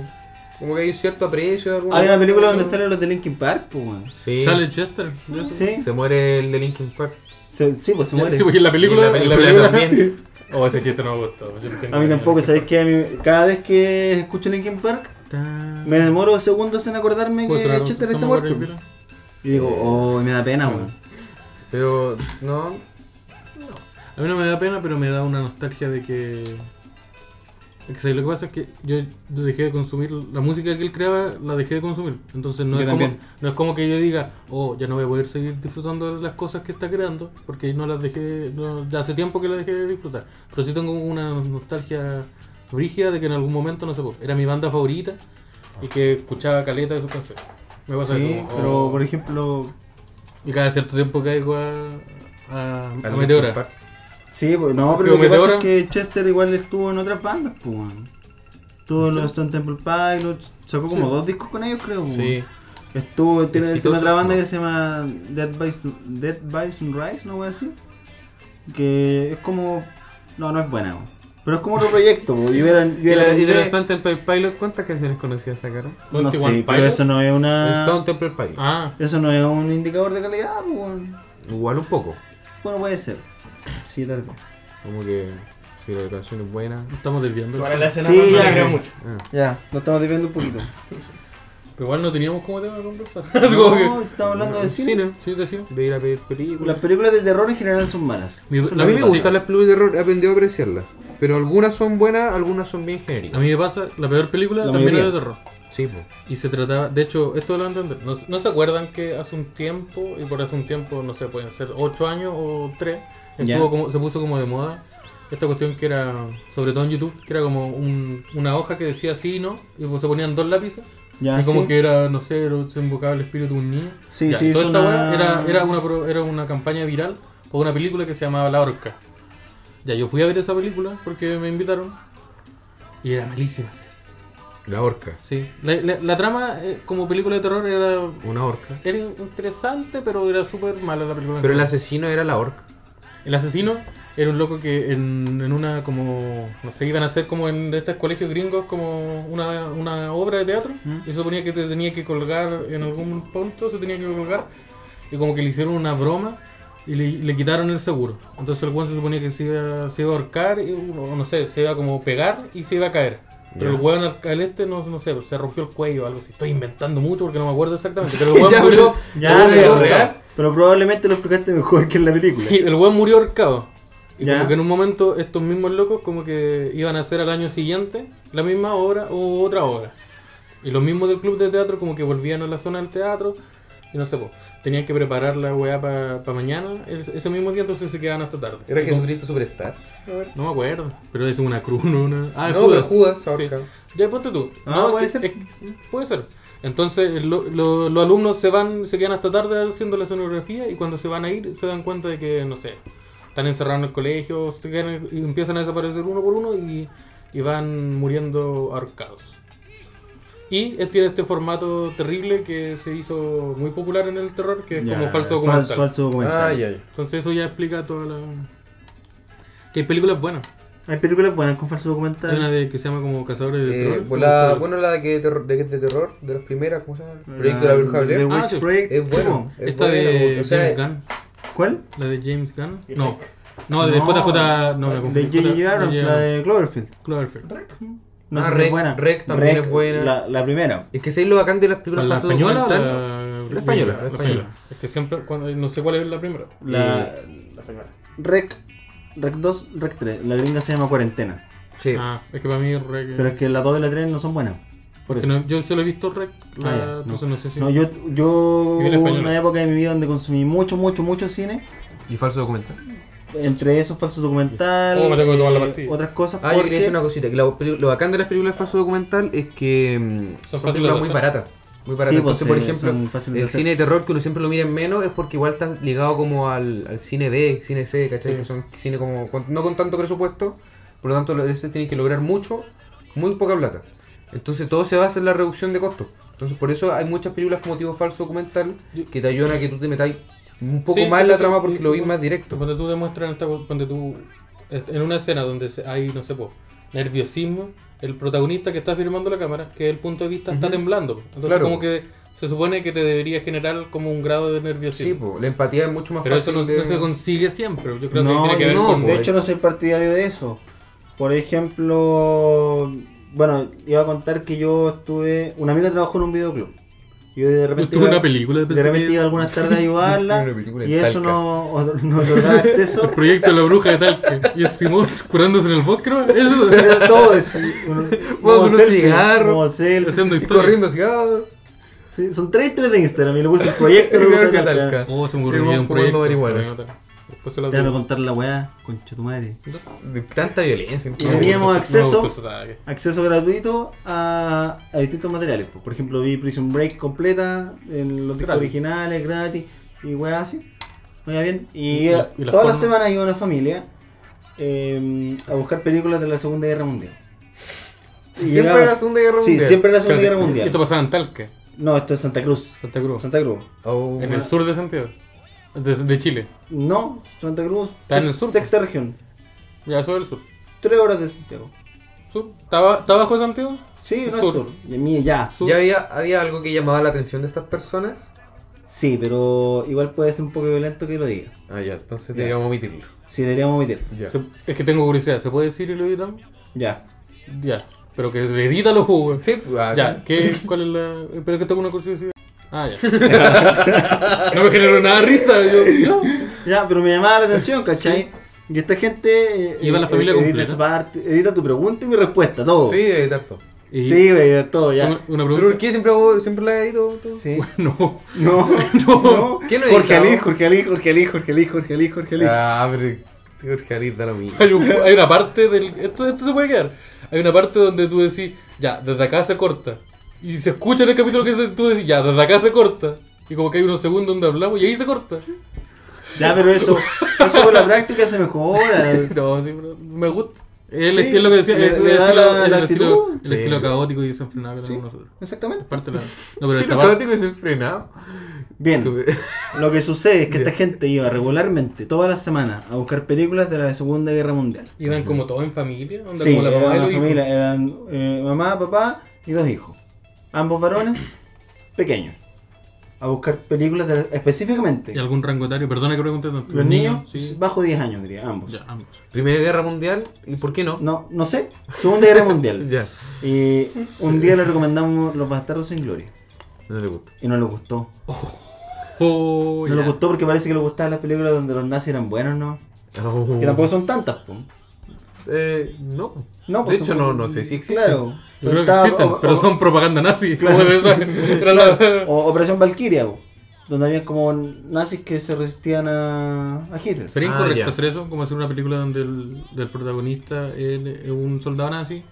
[SPEAKER 4] Como que hay un cierto aprecio. de alguna
[SPEAKER 2] Hay una
[SPEAKER 4] manera,
[SPEAKER 2] película
[SPEAKER 4] eso.
[SPEAKER 2] donde salen los de Linkin Park, pues, weón.
[SPEAKER 4] Sí.
[SPEAKER 3] Sale Chester. ¿ya eso?
[SPEAKER 2] Sí.
[SPEAKER 4] Se muere el de Linkin Park.
[SPEAKER 2] Se- sí, pues se muere.
[SPEAKER 3] Sí, porque en la película.
[SPEAKER 4] Y en
[SPEAKER 3] en
[SPEAKER 4] la
[SPEAKER 3] la
[SPEAKER 4] película
[SPEAKER 3] película-
[SPEAKER 4] también.
[SPEAKER 3] Oh, ese chiste no me gustó. yo lo tengo
[SPEAKER 2] a mí
[SPEAKER 3] ahí.
[SPEAKER 2] tampoco, ¿sabéis que a mí- cada vez que escucho Linkin Park
[SPEAKER 3] Tan-
[SPEAKER 2] me demoro segundos en acordarme
[SPEAKER 3] ¿Puedo sonar
[SPEAKER 2] que
[SPEAKER 3] un
[SPEAKER 2] Chester está
[SPEAKER 3] Somos
[SPEAKER 2] muerto?
[SPEAKER 3] Gabriel?
[SPEAKER 2] este Y digo, oh, me da pena, weón.
[SPEAKER 4] Pero. No.
[SPEAKER 3] A mí no me da pena, pero me da una nostalgia de que. es que, ¿sabes? lo que pasa es que yo dejé de consumir la música que él creaba, la dejé de consumir. Entonces no
[SPEAKER 2] Yo
[SPEAKER 3] es, como,
[SPEAKER 2] también.
[SPEAKER 3] no es como que yo diga, oh, ya no voy a poder seguir disfrutando de las cosas que está creando, porque no las dejé, no- ya hace tiempo que las dejé de disfrutar. Pero sí tengo una nostalgia rígida de que en algún momento, no sé, pues, era mi banda favorita y que escuchaba caleta de sus canciones. Me pasa
[SPEAKER 2] Sí,
[SPEAKER 3] como, oh.
[SPEAKER 2] pero por ejemplo,
[SPEAKER 3] Y cada cierto tiempo caigo a, a, a
[SPEAKER 4] al
[SPEAKER 3] Meteora.
[SPEAKER 4] Linkin Park.
[SPEAKER 2] sí, pues, no,
[SPEAKER 3] Pero
[SPEAKER 2] pero lo que pasa
[SPEAKER 3] Meteora-
[SPEAKER 2] es que Chester igual estuvo en otras bandas, pues, weón. Estuvo en los Stone Temple Pilots, sacó como dos discos con ellos, creo, weón.
[SPEAKER 4] Sí.
[SPEAKER 2] Estuvo, tiene, tiene
[SPEAKER 4] Exitosos,
[SPEAKER 2] otra banda
[SPEAKER 4] ¿no?
[SPEAKER 2] que se llama Dead by, Sun- Dead by Sunrise, no voy a decir. Que es como. No, no es buena, weón. pero es como otro proyecto. po, Yo era, yo
[SPEAKER 4] Y
[SPEAKER 2] era
[SPEAKER 4] la- y de los
[SPEAKER 2] de-
[SPEAKER 4] Stone Temple Pilot, ¿cuántas canciones conocidas sacaron?
[SPEAKER 2] No sé,
[SPEAKER 3] 21
[SPEAKER 2] pero
[SPEAKER 3] Pilots.
[SPEAKER 2] eso no es
[SPEAKER 4] Stone
[SPEAKER 2] una.
[SPEAKER 4] Temple Pilot.
[SPEAKER 3] Ah,
[SPEAKER 2] Eso no es un indicador de calidad, po, weón.
[SPEAKER 4] Igual un poco.
[SPEAKER 2] Bueno, puede ser. Sí, tal vez.
[SPEAKER 4] Como que. Si la canción es buena.
[SPEAKER 3] estamos desviando. el
[SPEAKER 5] Ahora la
[SPEAKER 3] tema.
[SPEAKER 5] escena
[SPEAKER 2] Sí,
[SPEAKER 5] más no
[SPEAKER 2] ya.
[SPEAKER 5] la creo mucho.
[SPEAKER 4] Ah.
[SPEAKER 2] Ya, nos estamos desviando un poquito.
[SPEAKER 3] Pero igual no teníamos como tema de conversar.
[SPEAKER 2] No, estamos hablando de cine.
[SPEAKER 4] Cine.
[SPEAKER 3] Sí, decimos.
[SPEAKER 4] De ir a pedir películas.
[SPEAKER 2] Las películas de terror en general son malas.
[SPEAKER 3] Mi-
[SPEAKER 2] Eso
[SPEAKER 3] la
[SPEAKER 4] a
[SPEAKER 2] es
[SPEAKER 4] mí
[SPEAKER 2] lo
[SPEAKER 4] me
[SPEAKER 2] que
[SPEAKER 4] gustan las películas de terror, he aprendido a apreciarlas. Pero algunas son buenas, algunas son bien
[SPEAKER 3] A
[SPEAKER 4] genéricas.
[SPEAKER 3] mí me pasa, la peor película
[SPEAKER 2] La
[SPEAKER 3] también
[SPEAKER 2] mayoría.
[SPEAKER 3] era de terror.
[SPEAKER 4] Sí, pues.
[SPEAKER 3] Y se trataba, de hecho, esto lo van a entender. ¿No, no se acuerdan que hace un tiempo, y por hace un tiempo, no sé, pueden ser 8 años o 3,
[SPEAKER 2] Ya.
[SPEAKER 3] estuvo como, se puso como de moda esta cuestión que era, sobre todo en YouTube, que era como un- una hoja que decía sí y no, y pues se ponían dos lápices.
[SPEAKER 2] Ya,
[SPEAKER 3] y como
[SPEAKER 2] sí.
[SPEAKER 3] que era, no sé, era- se invocaba el espíritu de un niño.
[SPEAKER 2] Sí,
[SPEAKER 3] Ya,
[SPEAKER 2] sí,
[SPEAKER 3] Toda
[SPEAKER 2] es
[SPEAKER 3] esta
[SPEAKER 2] una-
[SPEAKER 3] weá era, era, una, pro- era una campaña viral por una película que se llamaba La Orca. Ya, yo fui a ver esa película porque me invitaron. Y era malísima.
[SPEAKER 4] La horca.
[SPEAKER 3] Sí. La, la- la trama eh, como película de terror era,
[SPEAKER 4] Una horca.
[SPEAKER 3] era interesante, pero era súper mala la película.
[SPEAKER 4] Pero el asesino era la horca.
[SPEAKER 3] El asesino era un loco que en, en una como... No sé, iban a hacer como en estos colegios gringos como una, una obra de teatro. Y se suponía que te tenía que colgar en algún punto, se tenía que colgar. Y como que le hicieron una broma Y le, le quitaron el seguro. Entonces el weón se suponía que se iba, se iba a ahorcar, y, o no sé, se iba como a pegar y se iba a caer. Pero
[SPEAKER 4] Ya.
[SPEAKER 3] el weón al, al este, no, no sé, se rompió el cuello o algo así. Estoy inventando mucho porque no me acuerdo exactamente. Pero el weón
[SPEAKER 4] Ya,
[SPEAKER 3] murió.
[SPEAKER 2] Ya,
[SPEAKER 3] el
[SPEAKER 2] pero,
[SPEAKER 3] weón murió ahorcado.
[SPEAKER 2] pero probablemente lo explicaste mejor que en la película.
[SPEAKER 3] Sí, el weón murió ahorcado. Y
[SPEAKER 2] Ya.
[SPEAKER 3] como que en un momento estos mismos locos como que iban a hacer al año siguiente la misma obra o otra obra. Y los mismos del club de teatro como que volvían a la zona del teatro y no sé, po, tenían que preparar la weá para mañana, el- ese mismo día entonces se quedaban hasta tarde.
[SPEAKER 4] ¿Era
[SPEAKER 3] Y como-
[SPEAKER 4] Jesucristo Superstar?
[SPEAKER 3] No me acuerdo, pero es una cruz, no una... Ah,
[SPEAKER 4] no,
[SPEAKER 3] Judas.
[SPEAKER 4] pero Judas.
[SPEAKER 3] Sí.
[SPEAKER 4] ahorcado.
[SPEAKER 3] Ya ponte tú.
[SPEAKER 2] Ah, puede
[SPEAKER 3] es
[SPEAKER 2] ser.
[SPEAKER 3] es- puede ser. Entonces lo- lo- los alumnos se van, se quedan hasta tarde haciendo la escenografía y cuando se van a ir se dan cuenta de que, no sé, están encerrados en el colegio, se quedan- y empiezan a desaparecer uno por uno y, y van muriendo ahorcados. Y él tiene este formato terrible que se hizo muy popular en el terror, que es
[SPEAKER 2] Ya,
[SPEAKER 3] como falso documental.
[SPEAKER 2] falso, falso documental.
[SPEAKER 4] Ay, ay.
[SPEAKER 3] Entonces eso ya explica toda la... Que hay películas buenas.
[SPEAKER 2] Hay películas buenas con falso
[SPEAKER 3] Hay una
[SPEAKER 2] documental.
[SPEAKER 3] de, que se llama como Cazadores de
[SPEAKER 4] Eh,
[SPEAKER 3] Terror.
[SPEAKER 4] pues la,
[SPEAKER 3] Terror.
[SPEAKER 4] bueno, la que terror- de, de terror, de las primeras, ¿cómo se llama? El proyecto de la Bruja
[SPEAKER 2] The
[SPEAKER 4] Blair.
[SPEAKER 2] Witch
[SPEAKER 3] Ah, sí.
[SPEAKER 2] Project.
[SPEAKER 4] Es Eh, bueno.
[SPEAKER 2] Sí,
[SPEAKER 4] es
[SPEAKER 3] Esta
[SPEAKER 4] buena,
[SPEAKER 3] de
[SPEAKER 4] porque, o sea,
[SPEAKER 3] James Gunn.
[SPEAKER 2] po. ¿Cuál?
[SPEAKER 3] ¿La de James Gunn?
[SPEAKER 5] Y
[SPEAKER 3] No.
[SPEAKER 5] Rec.
[SPEAKER 3] No, de
[SPEAKER 2] No,
[SPEAKER 3] JJ. No, me
[SPEAKER 2] De
[SPEAKER 3] confundí.
[SPEAKER 2] J.J. Abrams,
[SPEAKER 3] J.J.
[SPEAKER 2] la de Cloverfield.
[SPEAKER 3] Cloverfield.
[SPEAKER 2] No
[SPEAKER 4] Ah,
[SPEAKER 2] sé si
[SPEAKER 4] Rec-
[SPEAKER 2] es buena.
[SPEAKER 4] Rec también es buena.
[SPEAKER 2] La, la primera.
[SPEAKER 4] Es que sé lo bacán de las películas
[SPEAKER 3] ¿La
[SPEAKER 4] falso
[SPEAKER 3] española? o La,
[SPEAKER 4] documental. La española, la española.
[SPEAKER 3] Es que siempre. Cuando, no sé cuál es la primera.
[SPEAKER 2] La
[SPEAKER 5] La primera.
[SPEAKER 2] Rec, Rec 2, Rec 3. La gringa se llama Cuarentena.
[SPEAKER 4] Sí.
[SPEAKER 3] Ah, es que para mí es Rec.
[SPEAKER 2] Pero es que la 2 y la 3 no son buenas. Por
[SPEAKER 3] porque
[SPEAKER 2] eso.
[SPEAKER 3] no, yo solo he visto Rec. la-
[SPEAKER 2] Ah, ya, no.
[SPEAKER 3] entonces no. sé si.
[SPEAKER 2] No, yo, yo
[SPEAKER 3] Y la
[SPEAKER 2] hubo
[SPEAKER 3] española.
[SPEAKER 2] una época de mi vida donde consumí mucho, mucho, mucho cine.
[SPEAKER 4] Y falso documental.
[SPEAKER 2] Entre esos falsos documentales, eh,
[SPEAKER 3] Oh, me tengo que tomar la pastilla.
[SPEAKER 2] otras cosas.
[SPEAKER 4] Ah, yo
[SPEAKER 2] porque-
[SPEAKER 4] quería decir una cosita. Que la peli- lo bacán de las películas falso documental es que mm, son,
[SPEAKER 3] fáciles de
[SPEAKER 4] películas muy
[SPEAKER 3] hacer.
[SPEAKER 4] baratas. Muy baratas.
[SPEAKER 2] Sí, pues,
[SPEAKER 4] Entonces, por
[SPEAKER 2] eh, son
[SPEAKER 4] ejemplo,
[SPEAKER 2] fáciles de
[SPEAKER 4] el
[SPEAKER 2] hacer.
[SPEAKER 4] cine de terror que uno siempre lo mira en menos es porque igual está ligado como al, al cine B, cine C, ¿cachai?
[SPEAKER 3] Sí.
[SPEAKER 4] Que son cine como con- no con tanto presupuesto, por lo tanto, lo- ese tiene que lograr mucho, muy poca plata. Entonces, todo se basa en la reducción de costos. Entonces, por eso hay muchas películas como tipo falso documental que te ayudan a que tú te metáis un poco
[SPEAKER 3] Sí,
[SPEAKER 4] más en la
[SPEAKER 3] pero-
[SPEAKER 4] trama porque lo vi más directo.
[SPEAKER 3] Cuando tú demuestras en, esta, cuando tú, en una escena donde se- hay, no sé, pues, nerviosismo, el protagonista que está firmando la cámara, que es el punto de vista, está temblando. Entonces,
[SPEAKER 4] Claro.
[SPEAKER 3] como que se supone que te debería generar como un grado de nerviosismo.
[SPEAKER 4] Sí, po, la empatía es mucho más
[SPEAKER 3] Pero eso
[SPEAKER 4] fácil.
[SPEAKER 3] no,
[SPEAKER 4] de-
[SPEAKER 3] no se consigue siempre. Yo creo
[SPEAKER 2] No,
[SPEAKER 3] que tiene que ver
[SPEAKER 4] no,
[SPEAKER 3] con.
[SPEAKER 4] po,
[SPEAKER 2] de
[SPEAKER 4] es-
[SPEAKER 2] hecho, no soy partidario de eso. Por ejemplo, bueno, iba a contar que yo estuve. Una amiga trabajó en un videoclub. Yo de
[SPEAKER 3] Yo
[SPEAKER 2] repente.
[SPEAKER 3] tuve
[SPEAKER 2] iba-
[SPEAKER 3] una película de
[SPEAKER 2] de repente iba
[SPEAKER 3] pensamiento.
[SPEAKER 2] algunas tardes a ayudarla.
[SPEAKER 4] Una película en
[SPEAKER 2] y eso
[SPEAKER 4] Talca.
[SPEAKER 2] no nos daba acceso.
[SPEAKER 3] El proyecto de la bruja de Talca. Y el Simón curándose en el bosque, ¿no? Eso.
[SPEAKER 2] Pero todo es. un- como
[SPEAKER 4] unos
[SPEAKER 2] selfie,
[SPEAKER 4] cigarros.
[SPEAKER 2] como selfie.
[SPEAKER 3] Haciendo
[SPEAKER 4] Y
[SPEAKER 3] historia.
[SPEAKER 4] corriendo así, ah,
[SPEAKER 2] Sí, son tres historias de Instagram y le puse el proyecto. le puse
[SPEAKER 4] Creo que
[SPEAKER 2] Talca.
[SPEAKER 4] Talca.
[SPEAKER 3] Oh, se me
[SPEAKER 4] Y
[SPEAKER 3] ocurrió
[SPEAKER 4] vos
[SPEAKER 3] que un
[SPEAKER 4] fumando
[SPEAKER 3] proyecto.
[SPEAKER 4] marihuana.
[SPEAKER 3] pero no, Después se la
[SPEAKER 2] Déjame
[SPEAKER 3] tuvo.
[SPEAKER 2] contar la weá, concha tu madre.
[SPEAKER 4] de tanta violencia.
[SPEAKER 2] Y teníamos acceso.
[SPEAKER 3] Me gustó esa tag.
[SPEAKER 2] Acceso gratuito a, a distintos materiales. pues. Por ejemplo, vi Prison Break completa, en los discos
[SPEAKER 3] Gratis.
[SPEAKER 2] originales, gratis, y weá así. Muy bien. Y,
[SPEAKER 3] Y-
[SPEAKER 2] eh,
[SPEAKER 3] y
[SPEAKER 2] todas las
[SPEAKER 3] las formas.
[SPEAKER 2] semanas iba una familia eh, a buscar películas de la Segunda Guerra Mundial. Y
[SPEAKER 4] Siempre
[SPEAKER 2] llegaba-
[SPEAKER 4] era la Segunda Guerra Mundial.
[SPEAKER 2] Sí, siempre era la Segunda Guerra
[SPEAKER 3] ¿Qué te
[SPEAKER 2] Mundial.
[SPEAKER 3] pasaba en Talca?
[SPEAKER 2] No, esto es Santa Cruz.
[SPEAKER 3] Santa Cruz.
[SPEAKER 2] Santa Cruz.
[SPEAKER 4] Oh,
[SPEAKER 3] En el sur de Santiago. De, de Chile.
[SPEAKER 2] No, Santa Cruz.
[SPEAKER 3] Está en
[SPEAKER 2] sex-
[SPEAKER 3] el sur,
[SPEAKER 2] Sexta región.
[SPEAKER 3] Ya, sobre el sur.
[SPEAKER 2] Tres horas de Santiago.
[SPEAKER 3] ¿Sur? ¿Está, ba- está abajo de Santiago?
[SPEAKER 2] Sí, no
[SPEAKER 3] Sur.
[SPEAKER 2] es sur. Y a mí ya.
[SPEAKER 3] Sur.
[SPEAKER 4] Ya había, había algo que llamaba la atención de estas personas.
[SPEAKER 2] Sí, pero igual puede ser un poco violento que lo diga.
[SPEAKER 4] Ah, ya, entonces deberíamos omitirlo.
[SPEAKER 2] Sí, deberíamos omitir.
[SPEAKER 4] Ya.
[SPEAKER 3] Se- es que tengo curiosidad. ¿Se puede decir y lo editamos?
[SPEAKER 2] Ya.
[SPEAKER 3] Ya. Pero que le edita los jugos.
[SPEAKER 4] Sí, pues, ah,
[SPEAKER 3] Ya, ¿qué, ¿cuál es la...? Pero es que tengo una curiosidad. Ah, ya. no me generó nada de risa. Yo, yo.
[SPEAKER 2] Ya, pero me llamaba la atención, ¿cachai? Y esta gente. eh,
[SPEAKER 3] Iba la
[SPEAKER 2] eh,
[SPEAKER 3] familia
[SPEAKER 2] edita
[SPEAKER 3] completa.
[SPEAKER 2] su parte, edita tu pregunta y mi respuesta, todo.
[SPEAKER 4] Sí, editar todo.
[SPEAKER 3] Y
[SPEAKER 2] sí, güey, de todo, ya.
[SPEAKER 3] una, una
[SPEAKER 4] ¿Pero por
[SPEAKER 3] pregunta.
[SPEAKER 4] qué siempre, hago, siempre la edito? todo?
[SPEAKER 2] Sí.
[SPEAKER 3] No.
[SPEAKER 2] No, no.
[SPEAKER 4] ¿Quién lo
[SPEAKER 2] Jorge
[SPEAKER 4] editaba?
[SPEAKER 2] Ali, Jorge Ali, Jorge Ali, Jorge Ali, Jorge Ali, Jorge Ali.
[SPEAKER 4] Ah, pero Jorge Alí da lo mismo.
[SPEAKER 3] Hay, un- hay una parte del. Esto, esto se puede quedar. Hay una parte donde tú decís, ya, desde acá se corta. Y se escucha en el capítulo que se- tú decís, ya, desde acá se corta. Y como que hay unos segundos donde hablamos y ahí se corta.
[SPEAKER 2] Ya, pero eso, eso con la práctica se mejora.
[SPEAKER 3] No, sí, pero me gusta. Es
[SPEAKER 2] Sí,
[SPEAKER 3] el estilo que decía.
[SPEAKER 2] le-
[SPEAKER 3] es el
[SPEAKER 2] le da
[SPEAKER 3] estilo-
[SPEAKER 2] la-
[SPEAKER 3] el
[SPEAKER 2] la
[SPEAKER 3] estilo-
[SPEAKER 2] actitud.
[SPEAKER 3] El
[SPEAKER 4] Sí,
[SPEAKER 3] estilo
[SPEAKER 4] sí.
[SPEAKER 3] caótico y desenfrenado que tenemos nosotros.
[SPEAKER 2] Exactamente.
[SPEAKER 3] Es parte de la- No, pero esta
[SPEAKER 4] Tiene
[SPEAKER 3] parte.
[SPEAKER 4] caótico y desenfrenado.
[SPEAKER 2] Bien.
[SPEAKER 4] Sube-
[SPEAKER 2] Lo que sucede es que esta gente iba regularmente, todas las semanas, a buscar películas de la Segunda Guerra Mundial.
[SPEAKER 3] Iban como todos en familia. onda
[SPEAKER 2] Sí,
[SPEAKER 3] como la
[SPEAKER 2] eran
[SPEAKER 3] mamá y
[SPEAKER 2] una
[SPEAKER 3] los hijos.
[SPEAKER 2] familia, eran eh, mamá, papá y dos hijos. Ambos varones, pequeños. a buscar películas de- específicamente.
[SPEAKER 3] ¿Y algún rango etario? Perdona que pregunte tanto.
[SPEAKER 2] Los niños,
[SPEAKER 3] Sí.
[SPEAKER 2] bajo 10 años, diría, ambos.
[SPEAKER 3] Ya, ambos.
[SPEAKER 4] Primera Guerra Mundial, ¿y por qué no?
[SPEAKER 2] No, no sé, Segunda Guerra Mundial.
[SPEAKER 4] Ya,
[SPEAKER 2] y un día le recomendamos Los Bastardos sin Gloria.
[SPEAKER 4] no le gusta.
[SPEAKER 2] Y no le gustó.
[SPEAKER 3] Oh,
[SPEAKER 2] no
[SPEAKER 3] ya.
[SPEAKER 2] le gustó porque parece que le gustaban las películas donde los nazis eran buenos, ¿no?
[SPEAKER 4] Oh.
[SPEAKER 3] Uh.
[SPEAKER 2] Que tampoco son tantas, po.
[SPEAKER 4] Eh, no.
[SPEAKER 2] No,
[SPEAKER 4] de
[SPEAKER 2] pues
[SPEAKER 4] hecho,
[SPEAKER 2] son-
[SPEAKER 4] no, no sé si existe.
[SPEAKER 2] Claro.
[SPEAKER 3] Yo creo que
[SPEAKER 2] Estaba-
[SPEAKER 3] existen,
[SPEAKER 2] o-
[SPEAKER 3] pero
[SPEAKER 2] o-
[SPEAKER 3] son propaganda nazi. Como de esa. Era la...
[SPEAKER 2] O Operación Valkyria, po, donde había como nazis que se resistían a, a Hitler.
[SPEAKER 3] Sería
[SPEAKER 4] Ah,
[SPEAKER 3] incorrecto
[SPEAKER 4] ya.
[SPEAKER 3] hacer eso, como hacer una película donde el del protagonista él es un soldado nazi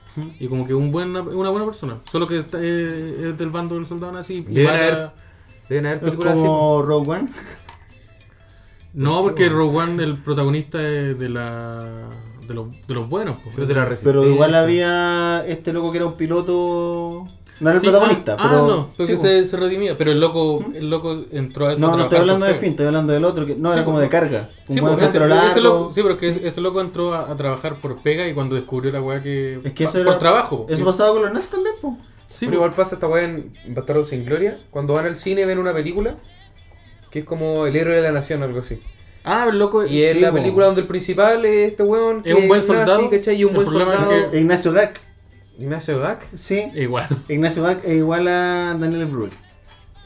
[SPEAKER 3] y como que un buen, una buena persona, solo que está- eh, es del bando del soldado nazi. y
[SPEAKER 4] Deben
[SPEAKER 3] mata-
[SPEAKER 4] haber- Deben haber
[SPEAKER 2] Es
[SPEAKER 4] películas
[SPEAKER 2] como Rogue One.
[SPEAKER 3] No, porque Rogue One, el protagonista es de la de los, de los buenos. po.
[SPEAKER 4] así. Pero de la resistencia.
[SPEAKER 2] Pero igual había este loco que era un piloto. No era el
[SPEAKER 3] Sí,
[SPEAKER 2] protagonista,
[SPEAKER 3] ah,
[SPEAKER 2] pero.
[SPEAKER 3] ah, no, porque
[SPEAKER 2] sí, po.
[SPEAKER 3] se, se redimía, pero el loco, el loco entró a eso.
[SPEAKER 2] no, no
[SPEAKER 3] a
[SPEAKER 2] estoy
[SPEAKER 3] trabajar
[SPEAKER 2] hablando de
[SPEAKER 3] por fe.
[SPEAKER 2] Finn, estoy hablando del otro que. No, era
[SPEAKER 3] Sí,
[SPEAKER 2] como
[SPEAKER 3] po.
[SPEAKER 2] de carga. Un
[SPEAKER 3] Sí,
[SPEAKER 2] buen
[SPEAKER 3] porque ese-
[SPEAKER 2] trasero largo.
[SPEAKER 3] ese loco- sí, pero que ese- ese loco entró a, a trabajar por pega y cuando descubrió la weá que.
[SPEAKER 2] Es que eso
[SPEAKER 3] por
[SPEAKER 2] era.
[SPEAKER 3] trabajo.
[SPEAKER 2] Eso pasaba con los nazis también, po.
[SPEAKER 3] Sí,
[SPEAKER 4] Pero igual pasa esta weá en Bastardos sin Gloria. Cuando van al cine ven una película que es como El héroe de la nación, algo así.
[SPEAKER 3] Ah, el loco.
[SPEAKER 4] Y es
[SPEAKER 3] sí,
[SPEAKER 4] la
[SPEAKER 3] po.
[SPEAKER 4] película donde el principal es este weón.
[SPEAKER 3] Es un buen soldado.
[SPEAKER 4] nazi, ¿cachai? Y un
[SPEAKER 3] El
[SPEAKER 4] buen
[SPEAKER 3] problema es
[SPEAKER 4] soldado.
[SPEAKER 3] que-
[SPEAKER 2] Ignacio Gack.
[SPEAKER 4] Ignacio Gack.
[SPEAKER 2] Sí.
[SPEAKER 3] Igual.
[SPEAKER 2] Ignacio Gack es igual a Daniel Brühl,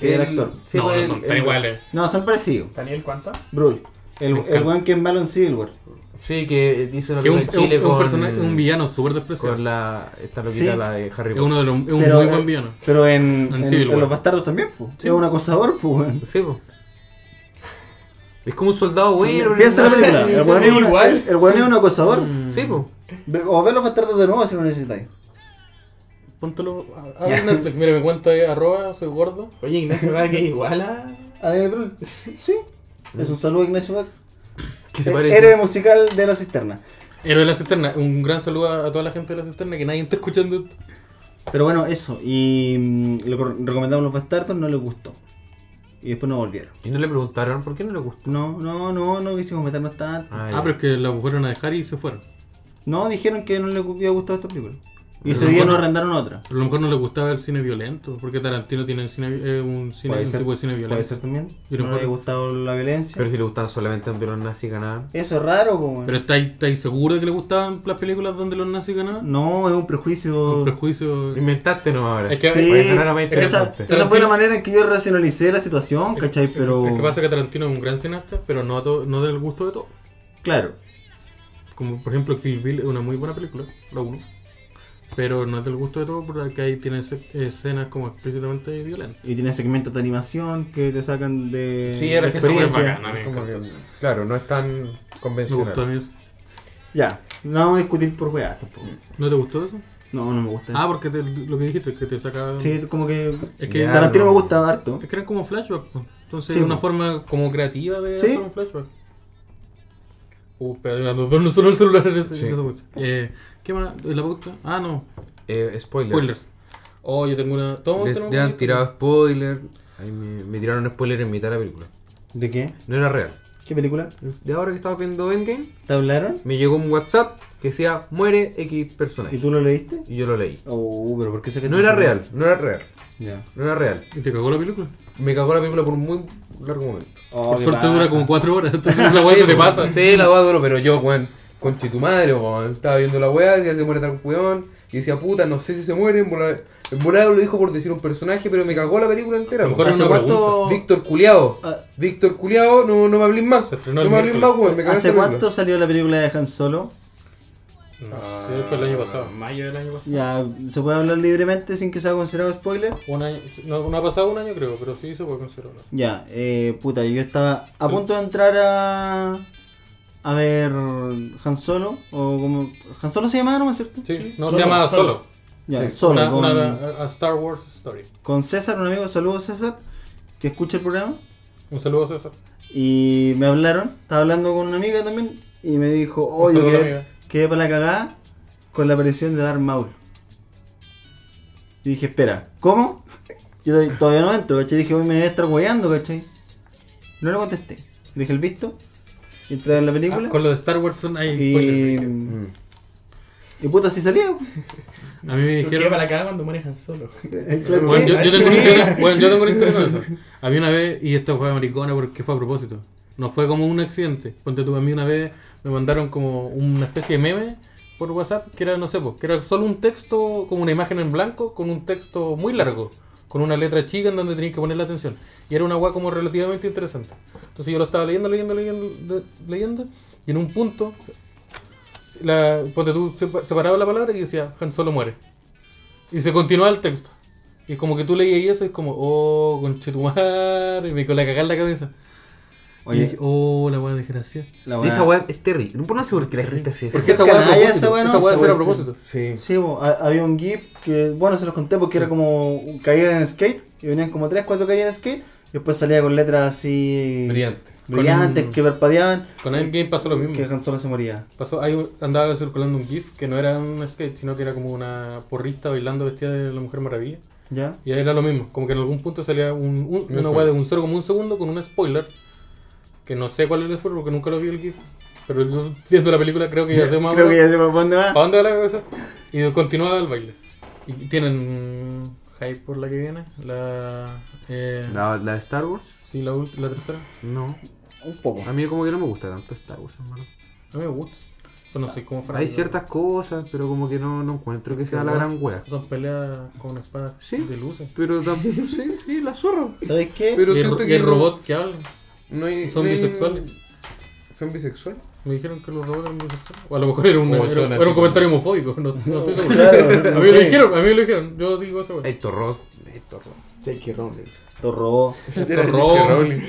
[SPEAKER 2] que era
[SPEAKER 4] El-
[SPEAKER 2] actor.
[SPEAKER 4] sí,
[SPEAKER 3] no,
[SPEAKER 4] pues,
[SPEAKER 3] no
[SPEAKER 4] el-
[SPEAKER 3] son tan
[SPEAKER 4] el-
[SPEAKER 3] iguales.
[SPEAKER 2] No, son parecidos.
[SPEAKER 5] ¿Daniel cuánta?
[SPEAKER 2] Brühl. El,
[SPEAKER 3] Me
[SPEAKER 2] el
[SPEAKER 3] encanta.
[SPEAKER 2] buen que es malo en Silver.
[SPEAKER 4] Sí, que hizo una
[SPEAKER 3] Que un,
[SPEAKER 4] película en Chile
[SPEAKER 3] un- un
[SPEAKER 4] con,
[SPEAKER 3] personaje- un villano súper despreciable.
[SPEAKER 4] con la, esta loquita,
[SPEAKER 2] Sí.
[SPEAKER 4] la de Harry
[SPEAKER 3] Es
[SPEAKER 4] Potter.
[SPEAKER 3] uno de los. Es un
[SPEAKER 2] Pero,
[SPEAKER 3] muy
[SPEAKER 2] eh,
[SPEAKER 3] buen villano.
[SPEAKER 2] Pero en,
[SPEAKER 3] En
[SPEAKER 2] en-
[SPEAKER 3] Civil
[SPEAKER 2] en
[SPEAKER 3] War.
[SPEAKER 2] Los Bastardos también, po.
[SPEAKER 3] Sí.
[SPEAKER 2] Es un acosador, po. weón.
[SPEAKER 4] Sí, po. Es como un soldado bueno.
[SPEAKER 2] Piensa la película.
[SPEAKER 4] Sí,
[SPEAKER 2] El weón es, un-
[SPEAKER 5] igual.
[SPEAKER 2] el- el weón es un acosador.
[SPEAKER 3] Mm.
[SPEAKER 4] Sí, po.
[SPEAKER 2] Ve- O ve los bastardos de nuevo si lo necesitáis.
[SPEAKER 3] Póntelo. a- Abre Netflix. Mira, mi cuenta es arroba, soy gordo.
[SPEAKER 5] Oye, Ignacio Gaga que es igual a.
[SPEAKER 2] ¿A Daniel Brühl? Sí. Es un saludo a Ignacio Gac.
[SPEAKER 4] Que se
[SPEAKER 2] Eh,
[SPEAKER 4] parece.
[SPEAKER 2] Héroe musical de la cisterna.
[SPEAKER 3] Héroe de la cisterna. Un gran saludo a a toda la gente de la cisterna que nadie está escuchando. esto.
[SPEAKER 2] Pero bueno, eso. Y mm, le cor- recomendamos los bastardos, no les gustó. Y después no volvieron.
[SPEAKER 4] Y no le preguntaron por qué no le gustó.
[SPEAKER 2] No, no, no, no quisimos meternos tanto.
[SPEAKER 3] Ah,
[SPEAKER 4] ya.
[SPEAKER 3] pero es que la fueron a dejar y se fueron.
[SPEAKER 2] No, dijeron que no les había gustado esta película. Y ese
[SPEAKER 3] Pero
[SPEAKER 2] día
[SPEAKER 3] bueno.
[SPEAKER 2] nos arrendaron otra.
[SPEAKER 3] Pero a lo mejor no les gustaba el cine violento. Porque Tarantino tiene el cine- eh, un, cine,
[SPEAKER 2] Puede
[SPEAKER 3] un
[SPEAKER 2] ser,
[SPEAKER 3] tipo de cine
[SPEAKER 2] puede
[SPEAKER 3] violento.
[SPEAKER 2] ser también.
[SPEAKER 3] Y
[SPEAKER 2] Y no
[SPEAKER 3] lo mejor-
[SPEAKER 2] le había gustado la violencia.
[SPEAKER 4] Pero si le gustaban solamente un violón nazi ganaban.
[SPEAKER 2] Eso es raro, po, weón.
[SPEAKER 3] Pero estáis estáis seguros de que le gustaban las películas donde los nazis ganaban?
[SPEAKER 2] No, es un prejuicio.
[SPEAKER 3] Con prejuicio.
[SPEAKER 4] Inventaste nomás ahora.
[SPEAKER 3] Es que-
[SPEAKER 2] Sí,
[SPEAKER 4] Por eso no era más
[SPEAKER 2] es que esa,
[SPEAKER 4] interesante.
[SPEAKER 2] esa fue la manera en que yo racionalicé la situación, ¿cachai? Pero.
[SPEAKER 3] eh, Es que pasa que Tarantino es un gran cineasta, pero no, a todo- no del gusto de todo.
[SPEAKER 2] Claro.
[SPEAKER 3] Como por ejemplo Kill Bill es una muy buena película, la 1. Pero no es del gusto de todo porque ahí tiene ese- escenas como explícitamente violentas.
[SPEAKER 2] Y tiene segmentos de animación que te sacan de.
[SPEAKER 4] Sí, era
[SPEAKER 2] de
[SPEAKER 4] que
[SPEAKER 3] esa weá es
[SPEAKER 2] experiencia.
[SPEAKER 3] bacana, me
[SPEAKER 4] Como
[SPEAKER 3] encanta.
[SPEAKER 4] que, claro, no es tan
[SPEAKER 3] Me gustó a
[SPEAKER 4] convencional.
[SPEAKER 3] mí eso.
[SPEAKER 2] Ya, no vamos a discutir por weá tampoco.
[SPEAKER 3] ¿No te gustó eso?
[SPEAKER 2] No, no me gusta.
[SPEAKER 3] Ah, porque te- lo que dijiste, que te saca...
[SPEAKER 2] Sí, como que.
[SPEAKER 3] Es que,
[SPEAKER 4] Ya.
[SPEAKER 2] Tarantino
[SPEAKER 4] no.
[SPEAKER 2] me gusta harto.
[SPEAKER 3] es que eran como flashbacks. po. Entonces
[SPEAKER 2] Sí,
[SPEAKER 3] es una
[SPEAKER 2] po.
[SPEAKER 3] forma como creativa de
[SPEAKER 2] Sí.
[SPEAKER 3] hacer un flashback. Uh, pero los dos no solo el celular. ese-
[SPEAKER 4] Sí.
[SPEAKER 3] esa cosa. eh, ¿Qué más? ¿La pauta? Ah, no.
[SPEAKER 4] Eh, spoilers.
[SPEAKER 3] Spoiler. Oh, yo tengo una... Todos
[SPEAKER 4] Le,
[SPEAKER 3] tenemos
[SPEAKER 4] le han
[SPEAKER 3] una-
[SPEAKER 4] tirado spoiler. Ahí me, me tiraron spoiler en mitad de la película.
[SPEAKER 2] ¿De qué?
[SPEAKER 4] No era real.
[SPEAKER 2] ¿Qué película?
[SPEAKER 4] De ahora que estaba viendo Endgame,
[SPEAKER 2] ¿Te hablaron?
[SPEAKER 4] me llegó un WhatsApp que decía muere X
[SPEAKER 2] ¿Y
[SPEAKER 4] personaje.
[SPEAKER 2] tú lo leíste?
[SPEAKER 4] Y yo lo leí.
[SPEAKER 2] Oh, pero ¿por qué sacaste
[SPEAKER 4] No era
[SPEAKER 2] ese-
[SPEAKER 4] real, no era real,
[SPEAKER 2] Ya.
[SPEAKER 4] no era real.
[SPEAKER 3] ¿Y te cagó la película?
[SPEAKER 4] Me cagó la película por un muy largo momento.
[SPEAKER 2] Oh,
[SPEAKER 3] Por
[SPEAKER 2] qué
[SPEAKER 3] suerte
[SPEAKER 2] paja.
[SPEAKER 3] dura como 4 horas, entonces la weá se
[SPEAKER 4] pues.
[SPEAKER 3] te pasa.
[SPEAKER 4] Sí, la duro, pero yo, weón, conche tu madre, weón. Estaba viendo la weá, decía se muere tal weón. Y decía, puta, no sé si se muere. En volada- en volada lo dijo por decir un personaje, pero me cagó la película entera.
[SPEAKER 3] A lo
[SPEAKER 4] weón.
[SPEAKER 3] mejor
[SPEAKER 2] ¿Hace
[SPEAKER 3] una
[SPEAKER 2] cuánto,
[SPEAKER 4] Víctor Culeado.
[SPEAKER 2] Ah.
[SPEAKER 4] Víctor Culeado, no, no me hablís más.
[SPEAKER 3] Se estrenó
[SPEAKER 4] No
[SPEAKER 3] el
[SPEAKER 4] me hablís más,
[SPEAKER 3] miércoles.
[SPEAKER 4] weón. Me cagaste
[SPEAKER 2] ¿Hace
[SPEAKER 4] la película.
[SPEAKER 2] cuánto salió la película de Han Solo?
[SPEAKER 3] No sé, fue el año pasado. Mayo del año pasado.
[SPEAKER 2] Ya, ¿se puede hablar libremente sin que sea considerado spoiler?
[SPEAKER 3] Un año, no, no ha pasado un año creo, pero sí se puede considerar un año.
[SPEAKER 2] Ya, eh, puta, yo estaba a punto de entrar a. A ver. Han Solo, o como. Han Solo se llamaba, ¿no es cierto?
[SPEAKER 3] Sí, no
[SPEAKER 5] Solo,
[SPEAKER 3] se llama
[SPEAKER 5] solo.
[SPEAKER 3] Solo.
[SPEAKER 2] Ya,
[SPEAKER 4] Sí.
[SPEAKER 2] Solo,
[SPEAKER 3] Una-
[SPEAKER 2] con,
[SPEAKER 3] una- a Star Wars Story.
[SPEAKER 2] con César, un amigo, saludos César, que escucha el programa.
[SPEAKER 3] Un saludo a César.
[SPEAKER 2] Y me hablaron, estaba hablando con una amiga también, y me dijo, oh,
[SPEAKER 3] Un
[SPEAKER 2] yo
[SPEAKER 3] saludo,
[SPEAKER 2] quedé,
[SPEAKER 3] amiga.
[SPEAKER 2] quedé para la cagada con la aparición de Darth Maul. Y dije, espera, ¿cómo? Yo to- todavía no entro, ¿cachai? Dije, hoy me debe estar guayando, ¿cachai? No le contesté. Le dije el visto, entré en la película.
[SPEAKER 3] Ah, con lo de Star Wars son ahí.
[SPEAKER 2] y,
[SPEAKER 3] spoiler.
[SPEAKER 4] Mm.
[SPEAKER 2] y Y puta, si salía.
[SPEAKER 3] A mí me
[SPEAKER 5] ¿Por qué
[SPEAKER 3] dijeron.
[SPEAKER 5] para acá cuando manejan solo?
[SPEAKER 3] Bueno, yo, yo tengo una historia, bueno, yo tengo una historia con eso. A mí una vez, y este esta fue maricona porque fue a propósito. No fue como un accidente. Ponte tú, a mí una vez me mandaron como una especie de meme por WhatsApp, que era, no sé, pues, que era solo un texto, como una imagen en blanco, con un texto muy largo, con una letra chica en donde tenías que poner la atención. Y era una guay como relativamente interesante. Entonces yo lo estaba leyendo, leyendo, leyendo, de- leyendo, y en un punto, la, ponte tú, sepa- separaba la palabra y decía, Han Solo muere. Y se continuaba el texto. Y como que tú leías eso y es como, oh, conchetumar, y me con la cagada en la cabeza. y
[SPEAKER 2] Oye,
[SPEAKER 3] dije, oh, la weá desgracia.
[SPEAKER 2] la
[SPEAKER 4] Esa
[SPEAKER 2] weá.
[SPEAKER 4] weá es terrible. No, no sé por qué la gente hace eso.
[SPEAKER 2] Porque- es
[SPEAKER 3] weá
[SPEAKER 2] canalla
[SPEAKER 3] propósito,
[SPEAKER 2] esa weá, ¿no?
[SPEAKER 3] esa weá
[SPEAKER 2] Esa
[SPEAKER 3] fue a
[SPEAKER 2] weá es-
[SPEAKER 3] propósito.
[SPEAKER 4] Sí.
[SPEAKER 2] Sí, bo, ha- había un GIF que, bueno, se los conté porque era como caída en skate y venían como 3, 4 caídas en skate y después salía con letras así
[SPEAKER 4] Brillante. Mm.
[SPEAKER 2] brillantes
[SPEAKER 3] Con-
[SPEAKER 2] que parpadeaban
[SPEAKER 3] Con Endgame pasó lo mismo.
[SPEAKER 2] que Han Solo se moría.
[SPEAKER 3] Pasó, ahí andaba circulando un GIF que no era un skate, sino que era como una porrista bailando vestida de la Mujer Maravilla.
[SPEAKER 2] ¿Ya?
[SPEAKER 3] Y ahí era lo mismo, como que en algún punto salía un, un- una weá de un 0,1 segundo con un spoiler. Que no sé cuál es el spoiler porque nunca lo vi el GIF. Pero yo viendo la película creo que ya sé más o
[SPEAKER 2] Creo que
[SPEAKER 3] menos.
[SPEAKER 2] ya se me dónde
[SPEAKER 4] Ah.
[SPEAKER 3] ¿Para
[SPEAKER 2] va.
[SPEAKER 3] dónde va la cabeza? Y continuaba el baile. Y tienen mm, hype por la que viene. La. Eh,
[SPEAKER 4] ¿La, la de Star Wars?
[SPEAKER 3] Sí, la, ult- la tercera.
[SPEAKER 4] No.
[SPEAKER 2] Un poco.
[SPEAKER 4] A mí como que no me gusta tanto Star Wars, hermano.
[SPEAKER 3] A mí me gusta. Pero no sé cómo
[SPEAKER 4] Hay ciertas cosas, pero como que no, no encuentro que sea la gran wea.
[SPEAKER 3] Son peleas con espadas
[SPEAKER 4] Sí.
[SPEAKER 3] de luces.
[SPEAKER 4] Pero tampoco, sí, sí, la zorra.
[SPEAKER 2] ¿Sabes qué?
[SPEAKER 4] Pero
[SPEAKER 3] y el,
[SPEAKER 4] siento
[SPEAKER 3] ro- y
[SPEAKER 4] que
[SPEAKER 3] el
[SPEAKER 4] no-
[SPEAKER 3] robot que habla.
[SPEAKER 4] No hay,
[SPEAKER 3] Son
[SPEAKER 4] no hay-
[SPEAKER 3] bisexuales.
[SPEAKER 4] ¿Son bisexuales?
[SPEAKER 3] Me dijeron que los robots eran bisexuales. O a lo mejor era, una-
[SPEAKER 5] O
[SPEAKER 3] era-
[SPEAKER 5] son
[SPEAKER 3] era
[SPEAKER 5] así
[SPEAKER 3] un
[SPEAKER 5] como-
[SPEAKER 3] comentario homofóbico. No, no estoy seguro.
[SPEAKER 2] Claro,
[SPEAKER 3] a
[SPEAKER 2] no
[SPEAKER 3] mí me lo
[SPEAKER 2] sé.
[SPEAKER 3] dijeron, a mí me lo dijeron. Yo digo eso, wey.
[SPEAKER 4] Héctor Ross. Héctor Ross.
[SPEAKER 5] Jackie Rowling.
[SPEAKER 2] Lo robó.
[SPEAKER 3] Héctor Ross.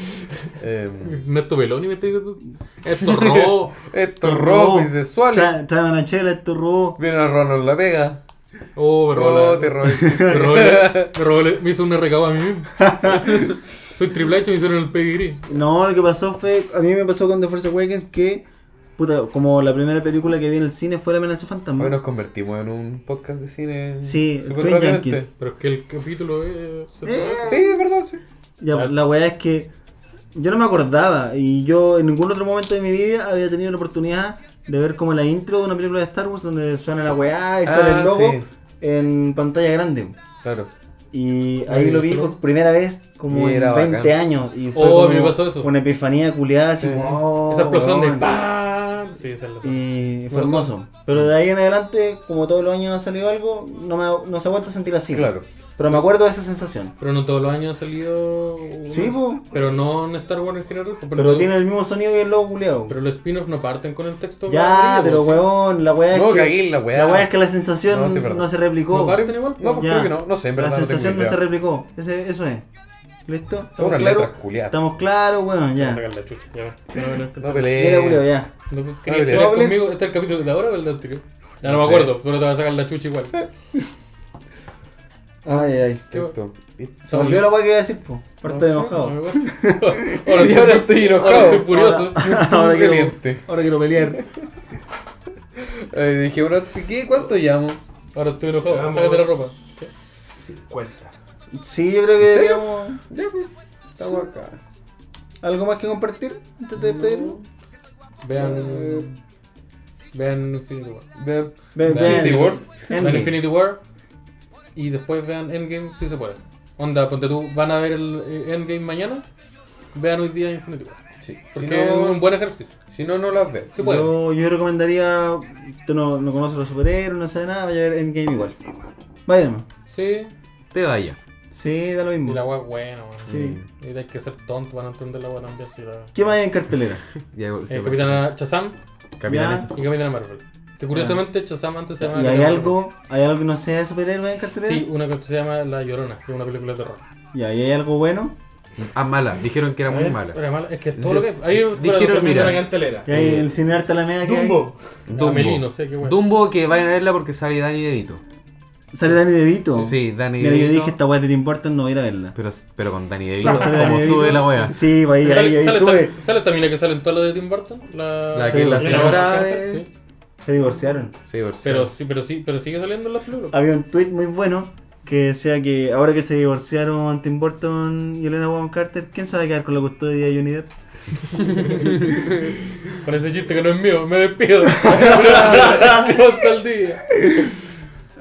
[SPEAKER 4] Eh,
[SPEAKER 3] Neto Beloni me está diciendo. Héctor Ross.
[SPEAKER 4] Héctor Ross, bisexual.
[SPEAKER 2] Tra- Trae una chela, esto robó.
[SPEAKER 4] Viene a Ronald La Vega.
[SPEAKER 3] Oh, me robó
[SPEAKER 4] Oh,
[SPEAKER 3] la-
[SPEAKER 4] te robé.
[SPEAKER 3] Me robó la- me robó la- me hizo un recado a mí mismo. Soy Triple H, me hicieron el pedigrí.
[SPEAKER 2] No, lo que pasó fue, a mí me pasó con The Force Awakens que, puta, como la primera película que vi en el cine fue La amenaza fantasma.
[SPEAKER 4] Hoy nos convertimos en un podcast de cine.
[SPEAKER 2] Sí,
[SPEAKER 4] súper
[SPEAKER 2] Screen
[SPEAKER 4] rápidamente.
[SPEAKER 2] Junkies.
[SPEAKER 3] Pero es que el capítulo es.
[SPEAKER 4] Sí, es verdad, sí.
[SPEAKER 2] Ya, la weá es que yo no me acordaba y yo en ningún otro momento de mi vida había tenido la oportunidad de ver como la intro de una película de Star Wars donde suena la weá y sale
[SPEAKER 4] Ah,
[SPEAKER 2] el logo
[SPEAKER 4] sí.
[SPEAKER 2] en pantalla grande.
[SPEAKER 4] Claro.
[SPEAKER 2] Y ahí lo vi por primera vez como
[SPEAKER 4] Y
[SPEAKER 2] en
[SPEAKER 4] era
[SPEAKER 2] 20
[SPEAKER 4] bacán.
[SPEAKER 2] años y fue
[SPEAKER 3] Oh, a
[SPEAKER 2] como
[SPEAKER 3] mí me pasó eso.
[SPEAKER 2] una epifanía culiada así wow,
[SPEAKER 3] Esa explosión de
[SPEAKER 2] weón.
[SPEAKER 3] ¡pam! Sí, esa es la
[SPEAKER 2] Oh, Y fue
[SPEAKER 3] Me pasó.
[SPEAKER 2] hermoso. Pero de ahí en adelante, como todos los años ha salido algo, no, me, no se ha vuelto a sentir así.
[SPEAKER 4] Claro.
[SPEAKER 2] Pero me acuerdo de esa sensación.
[SPEAKER 3] Pero no todos los años ha salido.
[SPEAKER 2] Sí, po.
[SPEAKER 3] Pero no en Star Wars en general. po,
[SPEAKER 2] Pero tiene el mismo sonido y el logo culiado.
[SPEAKER 3] Pero los spin-offs no parten con el texto.
[SPEAKER 2] Ya,
[SPEAKER 3] aburrido,
[SPEAKER 2] pero
[SPEAKER 3] sí.
[SPEAKER 2] weón, la weá es
[SPEAKER 4] No,
[SPEAKER 2] que.
[SPEAKER 4] cagué en la weá.
[SPEAKER 2] La es que la sensación
[SPEAKER 4] No,
[SPEAKER 2] no,
[SPEAKER 4] sí, verdad.
[SPEAKER 2] se replicó.
[SPEAKER 3] No parten igual.
[SPEAKER 4] No,
[SPEAKER 3] po.
[SPEAKER 4] pues
[SPEAKER 2] Ya.
[SPEAKER 4] creo que no. No sé, en
[SPEAKER 2] la
[SPEAKER 4] verdad. no tengo
[SPEAKER 2] sensación no,
[SPEAKER 4] idea.
[SPEAKER 2] se replicó. Ese, eso es. ¿Listo?
[SPEAKER 4] Son
[SPEAKER 2] ¿Estamos
[SPEAKER 4] unas
[SPEAKER 2] claros?
[SPEAKER 4] letras culiadas.
[SPEAKER 2] Estamos claros, weón,
[SPEAKER 3] Voy a
[SPEAKER 2] ya.
[SPEAKER 3] sacar la chucha, ya va. No, no,
[SPEAKER 4] No
[SPEAKER 3] no.
[SPEAKER 2] Mira,
[SPEAKER 4] pelees.
[SPEAKER 2] Julio, ya.
[SPEAKER 3] ¿No querías
[SPEAKER 4] Hable.
[SPEAKER 3] pelear
[SPEAKER 2] Hable.
[SPEAKER 3] conmigo? ¿Este es el capítulo de ahora o el del anterior? Ya
[SPEAKER 4] No
[SPEAKER 3] no, me
[SPEAKER 4] sé.
[SPEAKER 3] acuerdo, pero te vas a sacar la chucha igual.
[SPEAKER 2] Ay, ay.
[SPEAKER 3] ¿Qué va?
[SPEAKER 4] Perfecto.
[SPEAKER 2] Se volvió la weá que iba a decir, po. Parte de enojado.
[SPEAKER 3] No,
[SPEAKER 4] Y
[SPEAKER 3] igual.
[SPEAKER 4] ahora estoy
[SPEAKER 3] Ahora estoy
[SPEAKER 4] enojado.
[SPEAKER 3] furioso.
[SPEAKER 2] ahora,
[SPEAKER 4] Muy
[SPEAKER 2] quiero,
[SPEAKER 4] caliente.
[SPEAKER 2] ahora quiero pelear.
[SPEAKER 4] Eh, dije, bueno, ¿qué? ¿Cuánto llamo?
[SPEAKER 3] Ahora estoy enojado. Sácate la ropa.
[SPEAKER 5] 50.
[SPEAKER 2] Sí, yo creo que
[SPEAKER 4] ¿En serio?
[SPEAKER 2] deberíamos.
[SPEAKER 4] Ya, pues. Estamos acá.
[SPEAKER 2] ¿Algo más que compartir antes de despedirnos?
[SPEAKER 3] Vean. Vean Infinity War.
[SPEAKER 4] Eh, Vean.
[SPEAKER 2] Ven,
[SPEAKER 4] Infinity War.
[SPEAKER 3] Vean
[SPEAKER 2] Endgame.
[SPEAKER 3] Infinity War y después vean Endgame si se puede. Onda, ponte tú, van a ver el eh, Endgame mañana, vean hoy día Infinity War.
[SPEAKER 4] Sí. Si
[SPEAKER 3] Porque es un
[SPEAKER 4] no,
[SPEAKER 3] buen ejercicio.
[SPEAKER 4] si no, no las veo.
[SPEAKER 3] Se puede.
[SPEAKER 2] Yo, yo recomendaría. Tú no, no conoces los superhéroes, no sabes nada, vaya a ver Endgame igual. Vaya nomás.
[SPEAKER 3] Sí,
[SPEAKER 4] Te vaya.
[SPEAKER 2] Sí, da lo
[SPEAKER 3] y
[SPEAKER 4] Mm.
[SPEAKER 2] mismo.
[SPEAKER 3] la weá es buena, weón.
[SPEAKER 2] Sí.
[SPEAKER 3] Y hay que ser tonto para no entender la weá también. Si la...
[SPEAKER 2] ¿Qué más hay en cartelera?
[SPEAKER 4] Ya,
[SPEAKER 3] Eh, Capitana Chazam
[SPEAKER 2] Ya.
[SPEAKER 4] Capitán
[SPEAKER 3] y Capitana Marvel. Que curiosamente Chazam antes se llamaba.
[SPEAKER 2] ¿Y hay
[SPEAKER 3] Capitana
[SPEAKER 2] algo, hay algo que no sea de superhéroes en
[SPEAKER 3] Marvel.
[SPEAKER 2] cartelera?
[SPEAKER 3] Sí, una que se llama La Llorona, que es una película de terror.
[SPEAKER 2] Ya, ¿y hay algo bueno?
[SPEAKER 4] Ah, mala. Dijeron que era muy mala.
[SPEAKER 3] Pero además, es que es todo lo que. Ahí
[SPEAKER 4] Dijeron,
[SPEAKER 5] Mira
[SPEAKER 4] mira.
[SPEAKER 5] la cartelera.
[SPEAKER 2] ¿Y
[SPEAKER 4] Eh,
[SPEAKER 2] hay el cine Arte Alameda que hay?
[SPEAKER 5] Dumbo.
[SPEAKER 3] Dumbo. Amelie, no sé qué weá.
[SPEAKER 4] Dumbo, que vayan a verla porque sale Danny DeVito.
[SPEAKER 2] ¿Sale Dani DeVito?
[SPEAKER 4] Sí, Danny
[SPEAKER 2] Mira, yo
[SPEAKER 4] DeVito.
[SPEAKER 2] dije, esta weá de Tim Burton no voy a ir a verla.
[SPEAKER 4] Pero, pero con Danny DeVito,
[SPEAKER 2] Pero sale
[SPEAKER 4] como
[SPEAKER 2] Danny
[SPEAKER 4] sube
[SPEAKER 2] DeVito.
[SPEAKER 4] la wea.
[SPEAKER 2] Sí, va ahí, ahí,
[SPEAKER 3] Sale,
[SPEAKER 2] ahí,
[SPEAKER 3] sale
[SPEAKER 2] sube.
[SPEAKER 3] tam- sale también la que sale en todo lo de Tim Burton. La,
[SPEAKER 4] La
[SPEAKER 2] que- la
[SPEAKER 4] señora de-
[SPEAKER 3] Sí.
[SPEAKER 2] Se divorciaron.
[SPEAKER 4] Sí, por
[SPEAKER 3] Pero sí, pero sí, pero sigue saliendo en las películas.
[SPEAKER 2] Había un tweet muy bueno que decía que ahora que se divorciaron Tim Burton y Elena Bonham Carter, ¿quién sabe quedar con la custodia de Johnny Depp?
[SPEAKER 3] Con ese chiste que no es mío, me despido. Gracias al día.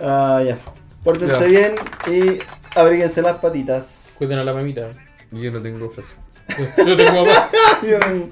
[SPEAKER 2] Ah, ya. Pórtense
[SPEAKER 4] Ya.
[SPEAKER 2] bien y abríguense las patitas.
[SPEAKER 3] Cuiden a la mamita.
[SPEAKER 4] Yo no tengo frase.
[SPEAKER 3] Yo tengo mamá.
[SPEAKER 2] Bien.